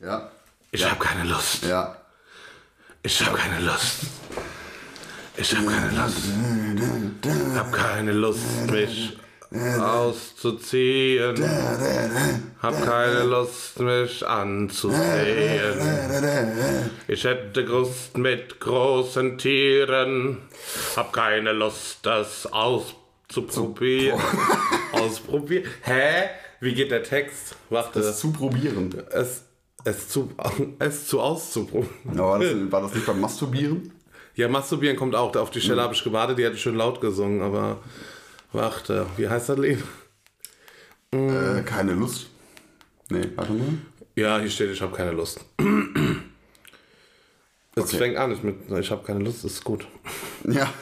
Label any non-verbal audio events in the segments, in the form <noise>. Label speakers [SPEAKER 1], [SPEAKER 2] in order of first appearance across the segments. [SPEAKER 1] Ja.
[SPEAKER 2] Ich habe keine Lust.
[SPEAKER 1] Ja.
[SPEAKER 2] Ich habe keine Lust. Ich habe keine Lust. Ich habe keine Lust, mich auszuziehen. Hab keine Lust, mich anzusehen. Ich hätte Lust mit großen Tieren. Hab keine Lust, das auszuprobieren. Ausprobieren? Hä? Wie geht der Text? Warte.
[SPEAKER 1] Das zu probieren.
[SPEAKER 2] Es, es, zu, es zu auszuprobieren.
[SPEAKER 1] Ja, War
[SPEAKER 2] Äh.
[SPEAKER 1] das, war das nicht beim Masturbieren?
[SPEAKER 2] Ja, Masturbieren kommt auch. Auf die Stelle habe ich gewartet, die hätte schön laut gesungen, aber warte, wie heißt das Lied?
[SPEAKER 1] Äh, keine Lust. Nee, warte mal.
[SPEAKER 2] Ja, hier steht, ich habe keine Lust. Es
[SPEAKER 1] Okay.
[SPEAKER 2] fängt an, ich, mit, ich habe keine Lust, ist gut.
[SPEAKER 1] Ja.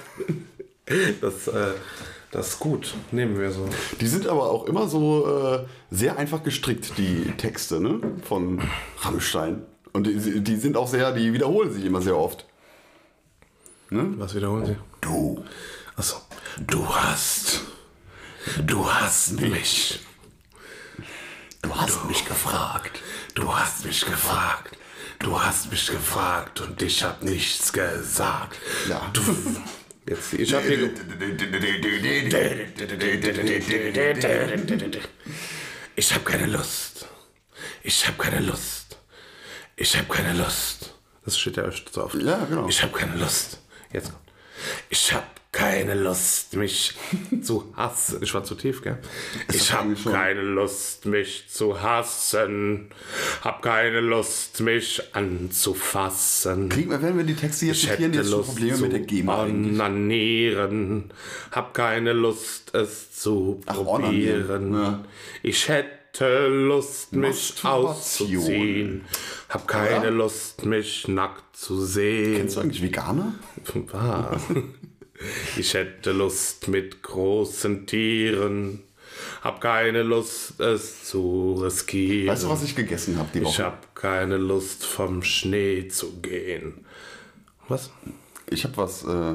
[SPEAKER 2] Das, äh, das ist gut, nehmen wir so.
[SPEAKER 1] Die sind aber auch immer so äh, sehr einfach gestrickt, die Texte ne? von Rammstein. Und die, die sind auch sehr, die wiederholen sich immer sehr oft.
[SPEAKER 2] Was wiederholen Sie?
[SPEAKER 1] Du.
[SPEAKER 2] Achso. Du hast. Du hast mich.
[SPEAKER 1] Du hast mich gefragt.
[SPEAKER 2] Du hast mich gefragt. Du hast mich gefragt und ich habe nichts gesagt.
[SPEAKER 1] Ja.
[SPEAKER 2] Du. Jetzt, ich habe hier. ge- Ich habe keine Lust. Ich habe keine Lust. Ich habe keine Lust. Das steht ja öfter so oft.
[SPEAKER 1] Ja, genau.
[SPEAKER 2] Ich habe keine Lust. Jetzt kommt. Ich habe keine Lust, mich
[SPEAKER 1] <laughs>
[SPEAKER 2] zu hassen. Ich war zu tief, gell? Ich habe
[SPEAKER 1] eigentlich schon.
[SPEAKER 2] keine Lust, mich zu hassen. Hab keine Lust, mich anzufassen.
[SPEAKER 1] Kriegen wir, wenn wir die Texte jetzt
[SPEAKER 2] Ich
[SPEAKER 1] zitieren,
[SPEAKER 2] hätte
[SPEAKER 1] jetzt schon
[SPEAKER 2] Lust
[SPEAKER 1] Probleme
[SPEAKER 2] zu
[SPEAKER 1] mit der GEMA. eigentlich.
[SPEAKER 2] onanieren. Hab keine Lust, es zu
[SPEAKER 1] onanieren,
[SPEAKER 2] probieren.
[SPEAKER 1] ja.
[SPEAKER 2] Ich hätte Lust, mich
[SPEAKER 1] Masturbation.
[SPEAKER 2] auszuziehen. Hab keine
[SPEAKER 1] Ja.
[SPEAKER 2] Lust, mich nackt zu sehen.
[SPEAKER 1] Kennst du eigentlich Veganer? <laughs>
[SPEAKER 2] Wahr. Ich hätte Lust mit großen Tieren. Hab keine Lust, es zu riskieren.
[SPEAKER 1] Weißt du, was ich gegessen habe die
[SPEAKER 2] ich
[SPEAKER 1] Woche?
[SPEAKER 2] hab keine Lust, vom Schnee zu gehen. Was?
[SPEAKER 1] Ich habe was äh,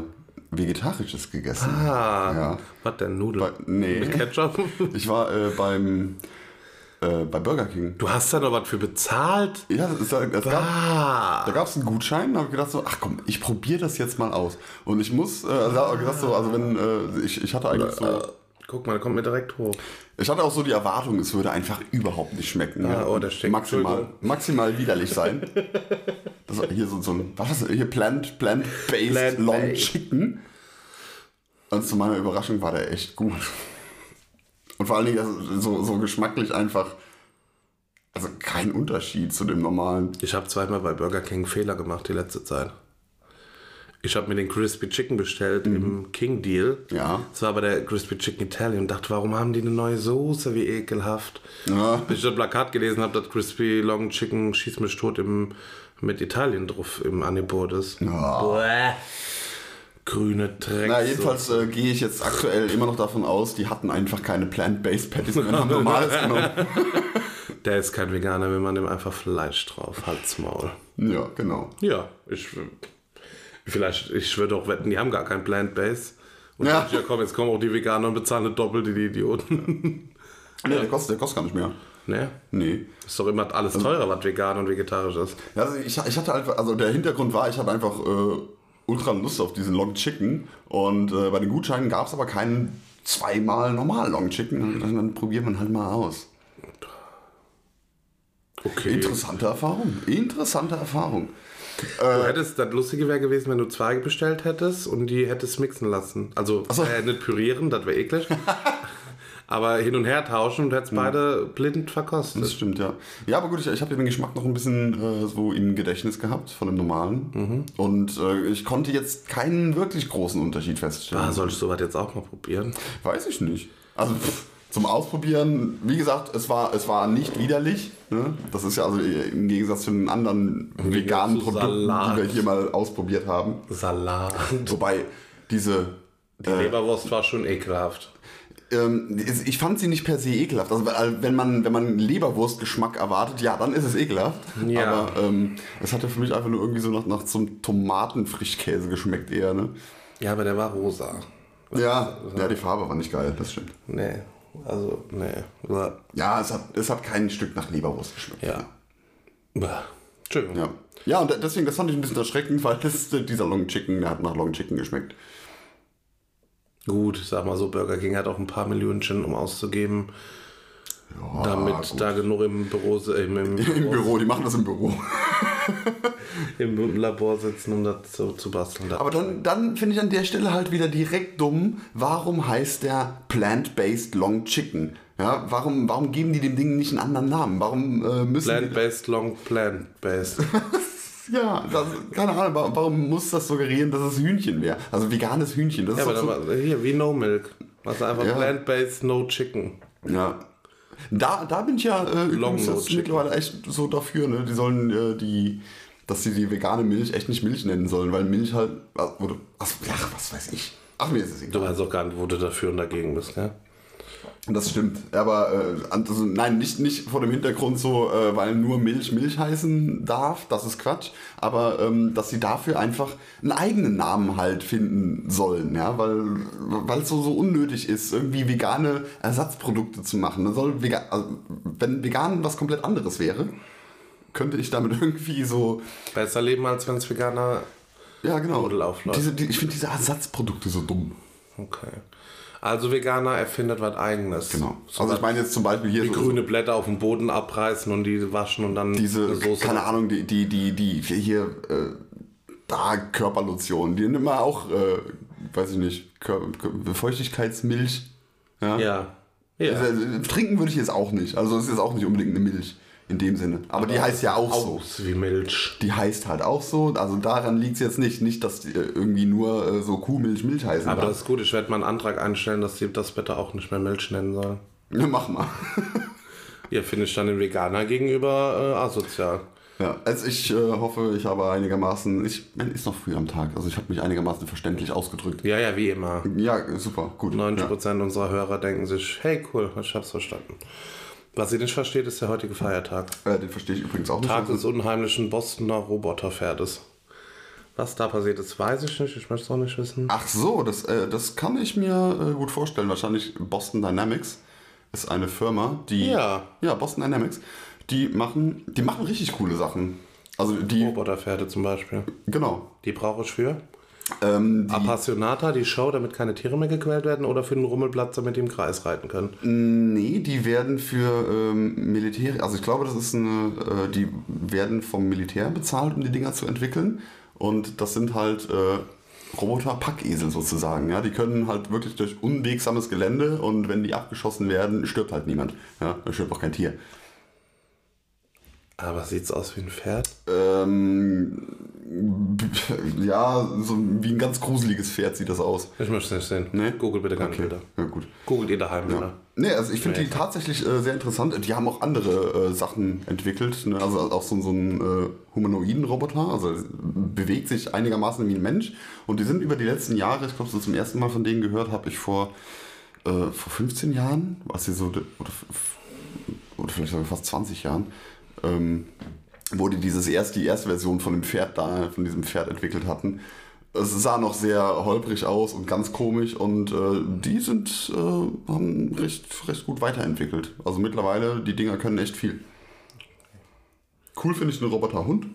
[SPEAKER 1] Vegetarisches gegessen.
[SPEAKER 2] Ah,
[SPEAKER 1] Ja.
[SPEAKER 2] was denn? Nudeln?
[SPEAKER 1] Bei- nee. <laughs>
[SPEAKER 2] Mit Ketchup?
[SPEAKER 1] Ich war äh, beim äh, bei Burger King.
[SPEAKER 2] Du hast da noch was für bezahlt?
[SPEAKER 1] Ja, das, ist- halt, das gab,
[SPEAKER 2] Ah.
[SPEAKER 1] da gab es einen Gutschein, da habe ich gedacht so, ach komm, ich probiere das jetzt mal aus. Und ich muss, äh, also, da hab ich gedacht so, also wenn, äh, ich, ich hatte eigentlich so,
[SPEAKER 2] Guck mal, der kommt mir direkt hoch.
[SPEAKER 1] ich hatte auch so die Erwartung, es würde einfach überhaupt nicht schmecken. ne?
[SPEAKER 2] Ah, oh, da steckt-
[SPEAKER 1] maximal,
[SPEAKER 2] Entschuldigung.
[SPEAKER 1] maximal widerlich
[SPEAKER 2] <laughs>
[SPEAKER 1] sein. Das war hier so, so ein, was ist das? Hier Plant, Plant-Based
[SPEAKER 2] Plant-based.
[SPEAKER 1] Long Chicken. Und zu meiner Überraschung war der echt gut. Und vor allen Dingen also, so, so geschmacklich einfach, also kein Unterschied zu dem normalen.
[SPEAKER 2] Ich habe zweimal bei Burger King Fehler gemacht die letzte Zeit. Ich habe mir den Crispy Chicken bestellt im King Deal.
[SPEAKER 1] Mhm. Ja.
[SPEAKER 2] Das war aber der Crispy Chicken Italian und dachte, warum haben die eine neue Soße? Wie ekelhaft.
[SPEAKER 1] Ja.
[SPEAKER 2] Bis ich das Plakat gelesen habe, dass Crispy Long Chicken schießt mich tot im, mit Italien drauf im Angebot ist. Bäh. Grüne Drecks.
[SPEAKER 1] Na, jedenfalls äh, gehe ich jetzt aktuell immer noch davon aus, die hatten einfach keine Plant-Based Patties mehr, haben normales genommen.
[SPEAKER 2] Der ist kein Veganer, wenn man dem einfach Fleisch drauf. Halt's Maul.
[SPEAKER 1] Ja, genau.
[SPEAKER 2] Ja, ich vielleicht, ich würde auch wetten, die haben gar kein Plant-Base. Und
[SPEAKER 1] Ja.
[SPEAKER 2] ja. ja komm, jetzt kommen auch die Veganer und bezahlen eine doppelte, die Idioten.
[SPEAKER 1] Nee, der kostet, der kostet gar nicht mehr.
[SPEAKER 2] ne?
[SPEAKER 1] Nee.
[SPEAKER 2] Ist doch immer alles teurer, was vegan und vegetarisch ist.
[SPEAKER 1] Ja, Also ich, ich hatte einfach, also der Hintergrund war, ich hatte einfach äh, ultra Lust auf diesen Long Chicken und äh, bei den Gutscheinen gab es aber keinen zweimal normal Long Chicken. Und dann, dann probieren wir ihn halt mal aus.
[SPEAKER 2] Okay.
[SPEAKER 1] Interessante Erfahrung. Interessante Erfahrung. Äh,
[SPEAKER 2] Du hättest, das Lustige wäre gewesen, wenn du zwei bestellt hättest und die hättest mixen lassen. Also
[SPEAKER 1] so.
[SPEAKER 2] äh, nicht pürieren, das wäre
[SPEAKER 1] <laughs>
[SPEAKER 2] eklig. Aber hin und her tauschen und
[SPEAKER 1] Hm.
[SPEAKER 2] hättest beide blind verkostet.
[SPEAKER 1] Das stimmt, ja. Ja, aber gut, ich, ich habe den Geschmack noch ein bisschen äh, so im Gedächtnis gehabt von dem normalen. Und äh, ich konnte jetzt keinen wirklich großen Unterschied feststellen.
[SPEAKER 2] Ah, soll ich sowas jetzt auch mal probieren?
[SPEAKER 1] Weiß ich nicht. Also pff, zum Ausprobieren, wie gesagt, es war, es war nicht widerlich. Ne? Das ist ja also im Gegensatz zu den anderen veganen
[SPEAKER 2] zu
[SPEAKER 1] Produkten,
[SPEAKER 2] Salat.
[SPEAKER 1] die wir hier mal ausprobiert haben.
[SPEAKER 2] Salat.
[SPEAKER 1] Wobei diese. Äh,
[SPEAKER 2] Leberwurst war schon ekelhaft.
[SPEAKER 1] ähm, ich fand sie nicht per se ekelhaft. Also weil, wenn man, wenn man Leberwurstgeschmack erwartet, ja, dann ist es ekelhaft.
[SPEAKER 2] Ja.
[SPEAKER 1] Aber ähm, es hatte für mich einfach nur irgendwie so nach, nach zum Tomatenfrischkäse geschmeckt eher. Ne?
[SPEAKER 2] Ja, aber der war rosa.
[SPEAKER 1] Ja, ja, die Farbe war nicht geil, das stimmt.
[SPEAKER 2] Nee, also, nee.
[SPEAKER 1] Ja, es hat, es hat kein Stück nach Leberwurst geschmeckt.
[SPEAKER 2] Ja. Bah, Entschuldigung.
[SPEAKER 1] Ja. Ja, und deswegen, das fand ich ein bisschen erschreckend, weil <laughs> das, dieser Long Chicken, der hat nach Long Chicken geschmeckt. <laughs>
[SPEAKER 2] Gut, sag mal so, Burger King hat auch ein paar Millionchen, um auszugeben,
[SPEAKER 1] Ja,
[SPEAKER 2] damit
[SPEAKER 1] gut.
[SPEAKER 2] da genug im Büro, si- äh, im, im,
[SPEAKER 1] <laughs> Im
[SPEAKER 2] Büro,
[SPEAKER 1] Büro, die machen das im Büro.
[SPEAKER 2] im Labor sitzen, um das so zu basteln. Da-
[SPEAKER 1] Aber dann, dann finde ich an der Stelle halt wieder direkt dumm, warum heißt der Plant-Based Long Chicken? Ja, warum, warum geben die dem Ding nicht einen anderen Namen? Warum äh, müssen
[SPEAKER 2] Plant-based, long
[SPEAKER 1] <laughs>
[SPEAKER 2] plant-based.
[SPEAKER 1] die, Ja, das, keine Ahnung, wa- warum muss das suggerieren, dass es Hühnchen wäre? Also veganes Hühnchen, das
[SPEAKER 2] ja,
[SPEAKER 1] ist
[SPEAKER 2] aber
[SPEAKER 1] doch
[SPEAKER 2] dann
[SPEAKER 1] so,
[SPEAKER 2] war, hier, wie No Milk. Also einfach
[SPEAKER 1] Ja.
[SPEAKER 2] plant-based, no chicken.
[SPEAKER 1] Ja. Da, da bin ich ja äh,
[SPEAKER 2] Long
[SPEAKER 1] übrigens
[SPEAKER 2] No
[SPEAKER 1] jetzt
[SPEAKER 2] Chicken.
[SPEAKER 1] mittlerweile echt so dafür, ne? Die sollen äh, die, dass sie die vegane Milch echt nicht Milch nennen sollen, weil Milch halt. Ach, oder, ach, ja, was weiß ich. Ach, mir ist es egal.
[SPEAKER 2] Du weißt auch gar nicht, wo du dafür und dagegen bist, ne?
[SPEAKER 1] Das stimmt. Aber äh, also, nein, nicht, nicht vor dem Hintergrund so, äh, weil nur Milch Milch heißen darf, das ist Quatsch. Aber ähm, dass sie dafür einfach einen eigenen Namen halt finden sollen, ja, weil weil es so, so unnötig ist, irgendwie vegane Ersatzprodukte zu machen. Dann soll vega also, wenn vegan was komplett anderes wäre, könnte ich damit <laughs> irgendwie so.
[SPEAKER 2] Besser leben, als wenn es Veganer...
[SPEAKER 1] Ja, genau.
[SPEAKER 2] Rudel aufläuft.
[SPEAKER 1] Diese, die, ich finde diese Ersatzprodukte so dumm.
[SPEAKER 2] Okay. Also Veganer erfindet was Eigenes.
[SPEAKER 1] Genau.
[SPEAKER 2] So
[SPEAKER 1] Also ich
[SPEAKER 2] was-
[SPEAKER 1] meine jetzt zum Beispiel hier.
[SPEAKER 2] die
[SPEAKER 1] so-
[SPEAKER 2] grüne Blätter auf dem Boden abreißen und die waschen und dann
[SPEAKER 1] diese,
[SPEAKER 2] eine Soße.
[SPEAKER 1] keine Ahnung, die, die, die, die hier, äh, da Körperlotion, die nimmt man auch, äh, weiß ich nicht, Kör Kör- Feuchtigkeitsmilch. Ja.
[SPEAKER 2] Ja. ja.
[SPEAKER 1] Also, äh, trinken würde ich jetzt auch nicht. Also es ist jetzt auch nicht unbedingt eine Milch in dem Sinne. Aber, die heißt ja auch so.
[SPEAKER 2] Aus wie Milch.
[SPEAKER 1] Die heißt halt auch so. Also daran liegt es jetzt nicht. Nicht, dass die, äh, irgendwie nur äh, so Kuhmilch Milch heißen
[SPEAKER 2] Aber
[SPEAKER 1] darf.
[SPEAKER 2] das ist gut, ich werde mal einen Antrag einstellen, dass sie das bitte auch nicht mehr Milch nennen sollen.
[SPEAKER 1] Ne, <laughs> mach mal.
[SPEAKER 2] Ihr finde ich dann den Veganer gegenüber äh, asozial.
[SPEAKER 1] Ja, also ich äh, hoffe, ich habe einigermaßen, ich, man ist noch früh am Tag, also ich habe mich einigermaßen verständlich ausgedrückt.
[SPEAKER 2] Ja, ja, wie immer.
[SPEAKER 1] Ja, super, gut.
[SPEAKER 2] 90% unserer Hörer denken sich, hey cool, ich hab's verstanden. Was sie nicht versteht, ist der heutige Feiertag.
[SPEAKER 1] Äh, den verstehe ich übrigens auch nicht.
[SPEAKER 2] Tag des unheimlichen Bostoner Roboterpferdes. Was da passiert ist, weiß ich nicht. Ich möchte es auch nicht wissen.
[SPEAKER 1] Ach so, das, äh, das kann ich mir äh, gut vorstellen. Wahrscheinlich Boston Dynamics ist eine Firma, die.
[SPEAKER 2] Ja.
[SPEAKER 1] Ja, Boston Dynamics. Die machen, die machen richtig coole Sachen. Also die,
[SPEAKER 2] Oh. Roboterpferde zum Beispiel.
[SPEAKER 1] genau.
[SPEAKER 2] Die brauche ich für
[SPEAKER 1] Ähm, die,
[SPEAKER 2] Appassionata, die Show, damit keine Tiere mehr gequält werden oder für den Rummelplatz, damit die im Kreis reiten können.
[SPEAKER 1] nee, die werden für ähm, Militär, also ich glaube, das ist eine, äh, die werden vom Militär bezahlt, um die Dinger zu entwickeln. Und das sind halt äh, Roboter-Packesel sozusagen. Ja, die können halt wirklich durch unwegsames Gelände und wenn die abgeschossen werden, stirbt halt niemand. Ja, da stirbt auch kein Tier.
[SPEAKER 2] Aber sieht's aus wie ein Pferd?
[SPEAKER 1] Ähm, <laughs> ja, so wie ein ganz gruseliges Pferd sieht das aus.
[SPEAKER 2] Ich möchte es nicht sehen.
[SPEAKER 1] Nee?
[SPEAKER 2] Googelt bitte keine Bilder.
[SPEAKER 1] Ja, gut.
[SPEAKER 2] Googelt ihr daheim,
[SPEAKER 1] Ja.
[SPEAKER 2] Männer.
[SPEAKER 1] Nee, also ich finde die tatsächlich äh, sehr interessant. Die haben auch andere äh, Sachen entwickelt. Ne? Also auch so, so einen äh, humanoiden Roboter. Also bewegt sich einigermaßen wie ein Mensch. Und die sind über die letzten Jahre, ich glaube, so zum ersten Mal von denen gehört, habe ich vor, äh, vor 15 Jahren, was sie so, oder, f- oder vielleicht sogar fast 20 Jahren, ähm, wo die dieses erst, die erste Version von dem Pferd da, von diesem Pferd entwickelt hatten. Es sah noch sehr holprig aus und ganz komisch und äh, die sind, äh, haben recht, recht gut weiterentwickelt. Also mittlerweile, die Dinger können echt viel. Cool finde ich einen Roboterhund.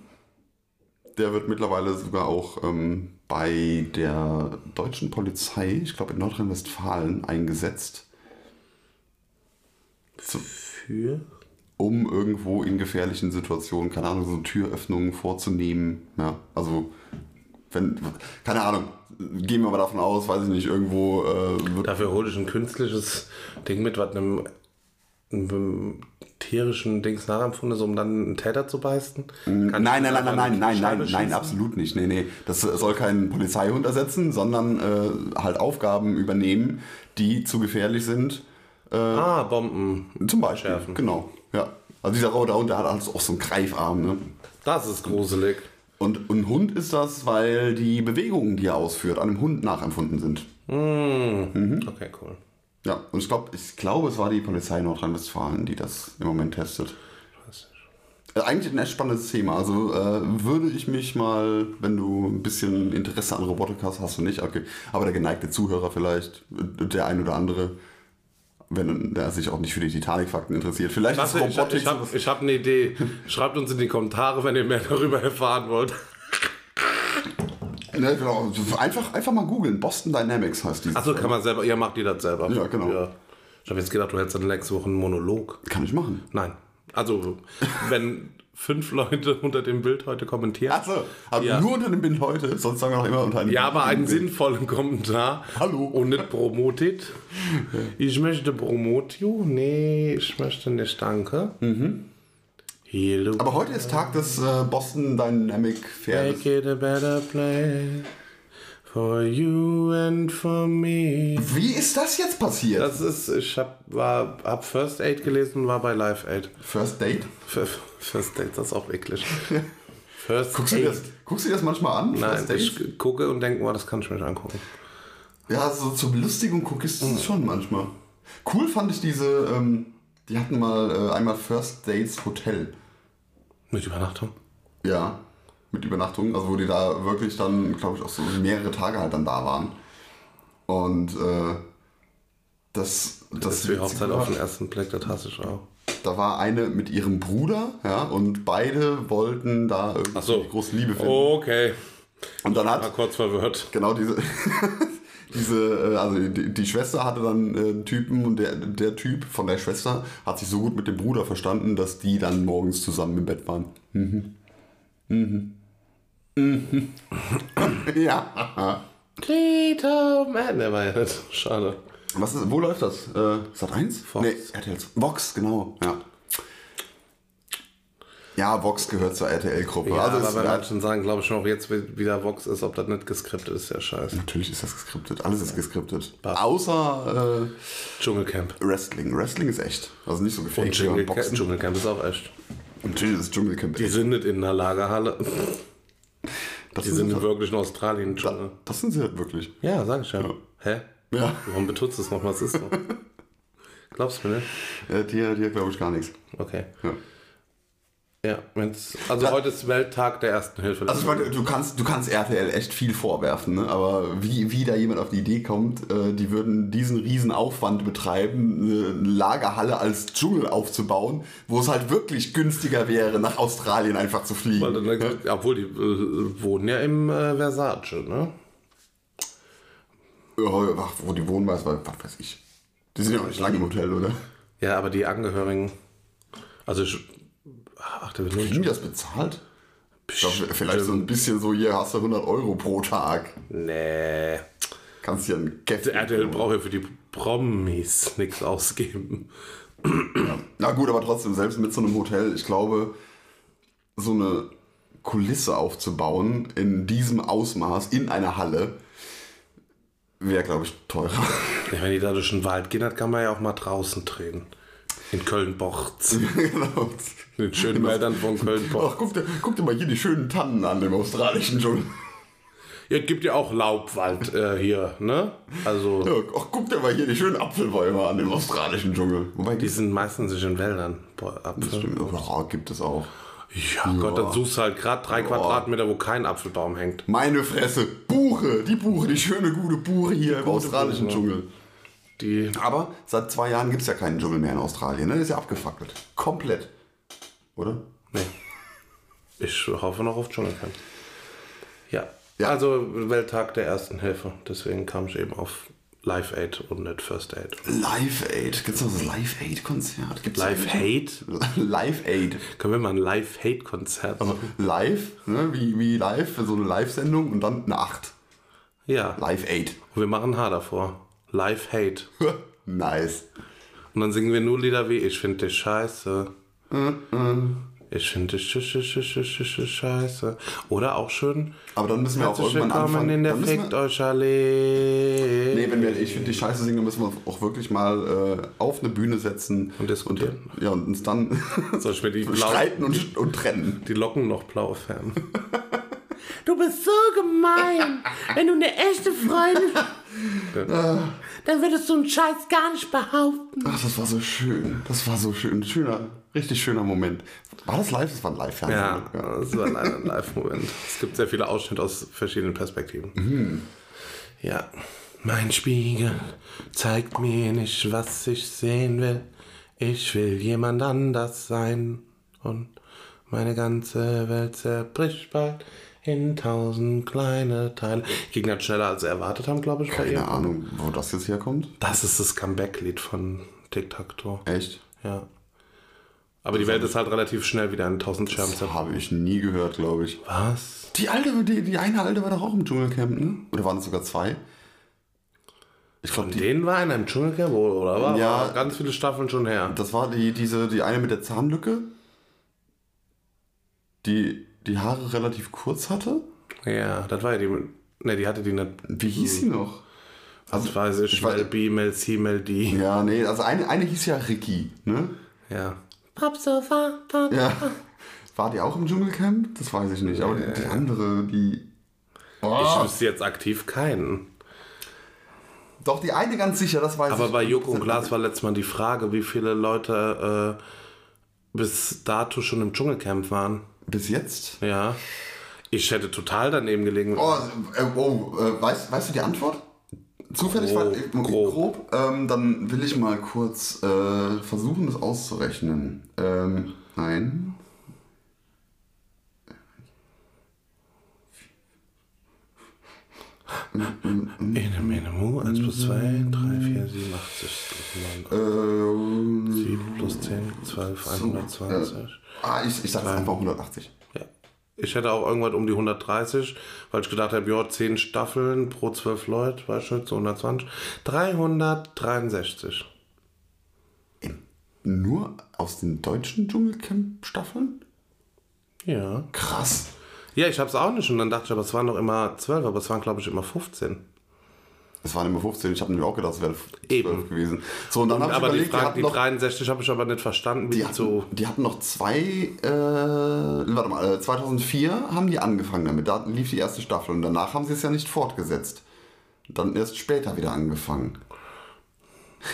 [SPEAKER 1] Der wird mittlerweile sogar auch ähm, bei der deutschen Polizei, ich glaube in Nordrhein-Westfalen, eingesetzt,
[SPEAKER 2] Für?
[SPEAKER 1] um irgendwo in gefährlichen Situationen, keine Ahnung, so Türöffnungen vorzunehmen. Ja, also, wenn, keine Ahnung, gehen wir mal davon aus, weiß ich nicht, irgendwo äh, wird
[SPEAKER 2] Dafür hole ich ein künstliches Ding mit, was einem, einem tierischen Dings nachempfunden ist, um dann einen Täter zu beißen. Kann
[SPEAKER 1] Nein,
[SPEAKER 2] ich
[SPEAKER 1] nein, nein,
[SPEAKER 2] einfach
[SPEAKER 1] nein,
[SPEAKER 2] in
[SPEAKER 1] nein,
[SPEAKER 2] die
[SPEAKER 1] nein,
[SPEAKER 2] Scheibe
[SPEAKER 1] nein, nein,
[SPEAKER 2] schießen?
[SPEAKER 1] absolut nicht. Nee, nee. Das soll keinen Polizeihund ersetzen, sondern äh, halt Aufgaben übernehmen, die zu gefährlich sind.
[SPEAKER 2] Ah, Bomben.
[SPEAKER 1] Zum Beispiel.
[SPEAKER 2] Schärfen.
[SPEAKER 1] Genau. Ja. Also dieser Roboterhund, der hat also auch so einen Greifarm, ne?
[SPEAKER 2] Das ist gruselig.
[SPEAKER 1] Und ein Hund ist das, weil die Bewegungen, die er ausführt, einem Hund nachempfunden sind.
[SPEAKER 2] Mm.
[SPEAKER 1] Mhm.
[SPEAKER 2] Okay, cool.
[SPEAKER 1] Ja, und ich glaube, ich glaube, es war die Polizei Nordrhein-Westfalen, die das im Moment testet. Äh, Eigentlich ein echt spannendes Thema. Also äh, würde ich mich mal, wenn du ein bisschen Interesse an Robotik hast, hast du nicht, okay. Aber der geneigte Zuhörer vielleicht, äh, der ein oder andere, wenn er sich auch nicht für die Titanic-Fakten interessiert. Vielleicht
[SPEAKER 2] Klasse,
[SPEAKER 1] ist Robotik
[SPEAKER 2] ich, ich habe
[SPEAKER 1] sowas-
[SPEAKER 2] ich hab eine Idee. Schreibt uns in die Kommentare, wenn ihr mehr darüber erfahren wollt.
[SPEAKER 1] Ne, genau. Einfach, einfach mal googeln. Boston Dynamics heißt die.
[SPEAKER 2] Achso, kann man selber, ihr macht die das selber.
[SPEAKER 1] Ja, genau.
[SPEAKER 2] Ich habe jetzt gedacht, du hättest dann nächste Woche einen Monolog.
[SPEAKER 1] Kann ich machen.
[SPEAKER 2] Nein. Also, wenn fünf Leute <laughs> unter dem Bild heute kommentieren.
[SPEAKER 1] Achso, aber
[SPEAKER 2] Ja.
[SPEAKER 1] nur unter dem Bild heute, sonst sagen wir auch immer unter einem
[SPEAKER 2] Ja, aber einen sinnvollen Kommentar.
[SPEAKER 1] Hallo.
[SPEAKER 2] Und nicht
[SPEAKER 1] <laughs>
[SPEAKER 2] promotet. Ich möchte promotio. Nee, ich möchte nicht, danke. Mhm. Hello.
[SPEAKER 1] Aber heute ist Tag des äh, Boston Dynamic Pferdes.
[SPEAKER 2] Make it a better place for you and for me.
[SPEAKER 1] Wie ist das jetzt passiert?
[SPEAKER 2] Das ist, ich hab, war, hab First Aid gelesen und war bei Live Aid.
[SPEAKER 1] First Date?
[SPEAKER 2] F- First Aid, das ist auch eklig. <laughs> First
[SPEAKER 1] Guckst du, dir
[SPEAKER 2] Aid.
[SPEAKER 1] das, guckst du dir das manchmal an?
[SPEAKER 2] Nein,
[SPEAKER 1] First Date?
[SPEAKER 2] ich gucke und denke, oh, das kann ich mir nicht angucken.
[SPEAKER 1] Ja, so zur Belustigung guckst
[SPEAKER 2] Mhm.
[SPEAKER 1] du es schon manchmal. Cool fand ich diese, ähm, die hatten mal äh, einmal First Dates Hotel.
[SPEAKER 2] Mit Übernachtung.
[SPEAKER 1] Ja, mit Übernachtung, also wo die da wirklich dann, glaube ich, auch so mehrere Tage halt dann da waren. Und äh, das, das,
[SPEAKER 2] Das wäre Hochzeit
[SPEAKER 1] Witzige war,
[SPEAKER 2] auf den ersten Blick, das hasse ich auch.
[SPEAKER 1] Da war eine mit ihrem Bruder, ja, und beide wollten da irgendwie
[SPEAKER 2] Ach so. Oh.
[SPEAKER 1] die große Liebe finden.
[SPEAKER 2] Okay,
[SPEAKER 1] Und dann
[SPEAKER 2] war
[SPEAKER 1] hat
[SPEAKER 2] kurz verwirrt.
[SPEAKER 1] genau diese, <laughs> diese, äh, also die, die Schwester hatte dann äh, einen Typen und der, der Typ von der Schwester hat sich so gut mit dem Bruder verstanden, dass die dann morgens zusammen im Bett waren. Mhm. Mhm. <laughs> Mhm. ja.
[SPEAKER 2] Peter Man, der war ja nicht. Schade.
[SPEAKER 1] Was ist, wo läuft das? Äh, Sat 1?
[SPEAKER 2] Vox.
[SPEAKER 1] Nee, RTL. Vox, genau. Ja. Ja, Vox gehört zur RTL-Gruppe.
[SPEAKER 2] Ja,
[SPEAKER 1] also es-
[SPEAKER 2] aber bei
[SPEAKER 1] ja,
[SPEAKER 2] manchen sagen, glaube ich schon, auch jetzt wie- wieder Vox ist, ob das nicht geskriptet ist, ja scheiße.
[SPEAKER 1] Natürlich ist das geskriptet. Alles ist geskriptet. Außer
[SPEAKER 2] Dschungelcamp.
[SPEAKER 1] äh, Wrestling. Wrestling ist echt. Also nicht so gefährlich.
[SPEAKER 2] Und Dschungelcamp,
[SPEAKER 1] Boxen.
[SPEAKER 2] Dschungelcamp ist auch echt.
[SPEAKER 1] Natürlich ist Dschungelcamp
[SPEAKER 2] Die
[SPEAKER 1] echt.
[SPEAKER 2] sind nicht in einer Lagerhalle.
[SPEAKER 1] Das
[SPEAKER 2] Die <laughs>
[SPEAKER 1] sind,
[SPEAKER 2] sind wirklich in Australien im Dschungel.
[SPEAKER 1] das sind sie halt wirklich.
[SPEAKER 2] Ja, sag ich ja. Hä?
[SPEAKER 1] Ja,
[SPEAKER 2] Warum betutzt du es nochmal? Was ist so? Glaubst du mir nicht?
[SPEAKER 1] äh, dir, dir glaube ich gar nichts.
[SPEAKER 2] Okay.
[SPEAKER 1] Ja.
[SPEAKER 2] Ja, wenn's, also heute ist Welttag der Ersten Hilfe.
[SPEAKER 1] Also ich meine, du kannst, du kannst RTL echt viel vorwerfen, ne? aber wie, wie da jemand auf die Idee kommt, äh, die würden diesen riesen Aufwand betreiben, eine Lagerhalle als Dschungel aufzubauen, wo es halt wirklich günstiger wäre, nach Australien einfach zu
[SPEAKER 2] Weil
[SPEAKER 1] fliegen.
[SPEAKER 2] dann- obwohl, die äh, wohnen ja im äh, Versace, ne?
[SPEAKER 1] Ja, ach, wo die wohnen, weiß, was weiß ich. Die sind ja auch nicht lange im Hotel, oder?
[SPEAKER 2] Ja, aber die Angehörigen. Also ich. Ach, der wird nur
[SPEAKER 1] Kriegen die das bezahlt? Ich glaub, vielleicht so ein bisschen so, hier hast du 100 Euro pro Tag.
[SPEAKER 2] Nee.
[SPEAKER 1] Kannst dir einen Käfig
[SPEAKER 2] RTL braucht ja für die Promis nichts ausgeben.
[SPEAKER 1] Na gut, aber trotzdem, selbst mit so einem Hotel, ich glaube, so eine Kulisse aufzubauen in diesem Ausmaß in einer Halle wäre, glaube ich, teurer. <laughs>
[SPEAKER 2] Ja, wenn die da durch den Wald gehen, dann kann man ja auch mal draußen drehen. In Köln-Bochz.
[SPEAKER 1] genau.
[SPEAKER 2] In den schönen Wäldern von Köln-Bochz.
[SPEAKER 1] Ach, guck, dir, guck dir mal hier die schönen Tannen an im australischen Dschungel.
[SPEAKER 2] Ja, gibt ja auch Laubwald äh, hier, ne? Also,
[SPEAKER 1] Ja, ach, guck dir mal hier die schönen Apfelbäume an im australischen Dschungel. Wobei
[SPEAKER 2] die
[SPEAKER 1] die
[SPEAKER 2] sind meistens nicht in Wäldern. Boah, Apfel.
[SPEAKER 1] stimmt, oh, gibt es auch.
[SPEAKER 2] Ja, Gott, dann suchst du halt gerade drei Quadratmeter, wo kein Apfelbaum hängt.
[SPEAKER 1] Meine Fresse, Buche, die Buche, die schöne gute Buche hier im australischen Dschungel.
[SPEAKER 2] Die
[SPEAKER 1] Aber seit zwei Jahren gibt es ja keinen Dschungel mehr in Australien. Ne? Ist ja abgefackelt. Komplett. Oder?
[SPEAKER 2] Nee. Ich hoffe noch auf Dschungelcamp. Ja.
[SPEAKER 1] Ja.
[SPEAKER 2] Also Welttag der Ersten Hilfe. Deswegen kam ich eben auf Live Aid und nicht First Aid.
[SPEAKER 1] Live Aid. Gibt es noch das Live Aid-Konzert? Gibt's
[SPEAKER 2] Live Aid?
[SPEAKER 1] eigentlich- <laughs> Live Aid.
[SPEAKER 2] Können wir mal ein Live Aid Konzert?
[SPEAKER 1] Also live, ne? wie, wie live, so eine Live-Sendung und dann eine 8.
[SPEAKER 2] ja. Und
[SPEAKER 1] Live Aid. <laughs>
[SPEAKER 2] wir machen Haar davor. Live Hate.
[SPEAKER 1] nice.
[SPEAKER 2] Und dann singen wir nur Lieder wie Ich finde dich scheiße. Ich finde dich sch- sch- sch- sch- sch- sch- scheiße. Oder auch schön.
[SPEAKER 1] Aber dann müssen wir auch
[SPEAKER 2] Herzlich
[SPEAKER 1] irgendwann anfangen.
[SPEAKER 2] willkommen in der
[SPEAKER 1] dann müssen
[SPEAKER 2] Fickt
[SPEAKER 1] wir,
[SPEAKER 2] euch Allee.
[SPEAKER 1] nee, wenn wir, ich finde die Scheiße singen, müssen wir auch wirklich mal äh, auf eine Bühne setzen.
[SPEAKER 2] Und diskutieren.
[SPEAKER 1] Und, ja, und uns
[SPEAKER 2] <laughs>
[SPEAKER 1] dann
[SPEAKER 2] Soll ich mir die blau
[SPEAKER 1] streiten und, und trennen.
[SPEAKER 2] die Locken noch blau färben. Du bist so gemein. Wenn du eine echte Freundin
[SPEAKER 1] Ah.
[SPEAKER 2] dann würdest du einen Scheiß gar nicht behaupten.
[SPEAKER 1] Ach, das war so schön. Das war so schön. Schöner, richtig schöner Moment. War das live? Das war ein
[SPEAKER 2] Ja,
[SPEAKER 1] Live-Fernsehen.
[SPEAKER 2] das war leider ein Live-Moment. Es gibt sehr viele Ausschnitte aus verschiedenen Perspektiven. Ja. Mein Spiegel zeigt mir nicht, was ich sehen will. Ich will jemand anders sein. Und meine ganze Welt zerbricht bald in tausend kleine Teile. Ging dann schneller, als sie erwartet haben, glaube ich, bei
[SPEAKER 1] Keine
[SPEAKER 2] ihr.
[SPEAKER 1] Ahnung, wo das jetzt herkommt.
[SPEAKER 2] Das ist das Comeback-Lied von Tic-Tac-Toe.
[SPEAKER 1] Echt?
[SPEAKER 2] Ja. Aber die Welt ist halt relativ schnell wieder in tausend Scherben
[SPEAKER 1] Das
[SPEAKER 2] zerbrochen.
[SPEAKER 1] habe ich nie gehört, glaube ich.
[SPEAKER 2] Was?
[SPEAKER 1] Die alte, die, die eine alte war doch auch im Dschungelcamp, ne? Oder waren es sogar zwei? Ich glaube, die.
[SPEAKER 2] Den war in einem Dschungelcamp wohl, oder? War
[SPEAKER 1] Ja.
[SPEAKER 2] war ganz viele Staffeln schon her.
[SPEAKER 1] Das war die, diese, die eine mit der Zahnlücke, die die Haare relativ kurz hatte.
[SPEAKER 2] Ja, das war ja die. Ne, die hatte die nicht.
[SPEAKER 1] Wie hieß sie noch?
[SPEAKER 2] Also, das weiß ich,
[SPEAKER 1] ich
[SPEAKER 2] Mel
[SPEAKER 1] weiß-
[SPEAKER 2] B, Mel C, Mel D.
[SPEAKER 1] Ja, nee, also eine, eine hieß ja Ricky, ne?
[SPEAKER 2] Ja.
[SPEAKER 1] Ja. <laughs> War die auch im Dschungelcamp? Das weiß ich nicht. Aber die, die andere, die.
[SPEAKER 2] Ich
[SPEAKER 1] Äh. Oh,
[SPEAKER 2] wüsste jetzt aktiv keinen.
[SPEAKER 1] doch, die eine ganz sicher, das weiß ich.
[SPEAKER 2] Aber bei Joko und Glas war letztes Mal die Frage, wie viele Leute äh, bis dato schon im Dschungelcamp waren.
[SPEAKER 1] Bis jetzt?
[SPEAKER 2] Ja. Ich hätte total daneben gelegen.
[SPEAKER 1] Oh, äh, oh äh, weißt, weißt du die Antwort? Zufällig
[SPEAKER 2] Grob,
[SPEAKER 1] war äh,
[SPEAKER 2] grob.
[SPEAKER 1] grob. Ähm, dann will ich mal kurz äh, versuchen, das auszurechnen. Ähm, nein.
[SPEAKER 2] Ene, mene, mu, 1 plus 2, 3, 4, 7, 8, 6, 9,
[SPEAKER 1] Ähm,
[SPEAKER 2] 7 plus 10, 12, 120.
[SPEAKER 1] ah, ich, ich sag jetzt einfach 180.
[SPEAKER 2] Ja. Ich hätte auch irgendwas um die 130, weil ich gedacht habe, ja, 10 Staffeln pro 12 Leute, weißt du, so 120. 363.
[SPEAKER 1] Nur aus den deutschen Dschungelcamp-Staffeln?
[SPEAKER 2] Ja.
[SPEAKER 1] Krass.
[SPEAKER 2] Ja, ich hab's auch nicht. Und dann dachte ich, aber es waren doch immer 12, aber es waren, glaube ich, immer 15.
[SPEAKER 1] Es waren immer 15, ich habe nämlich auch gedacht, es wäre 12
[SPEAKER 2] Eben.
[SPEAKER 1] gewesen. So, und dann habe ich
[SPEAKER 2] aber
[SPEAKER 1] überlegt,
[SPEAKER 2] die,
[SPEAKER 1] die
[SPEAKER 2] Frage,
[SPEAKER 1] hatten
[SPEAKER 2] die
[SPEAKER 1] noch
[SPEAKER 2] 63 habe ich aber nicht verstanden, wie
[SPEAKER 1] Die
[SPEAKER 2] die so.
[SPEAKER 1] hatten, die hatten noch zwei, äh, warte mal, äh, 2004 haben die angefangen damit, da lief die erste Staffel und danach haben sie es ja nicht fortgesetzt. Dann erst später wieder angefangen.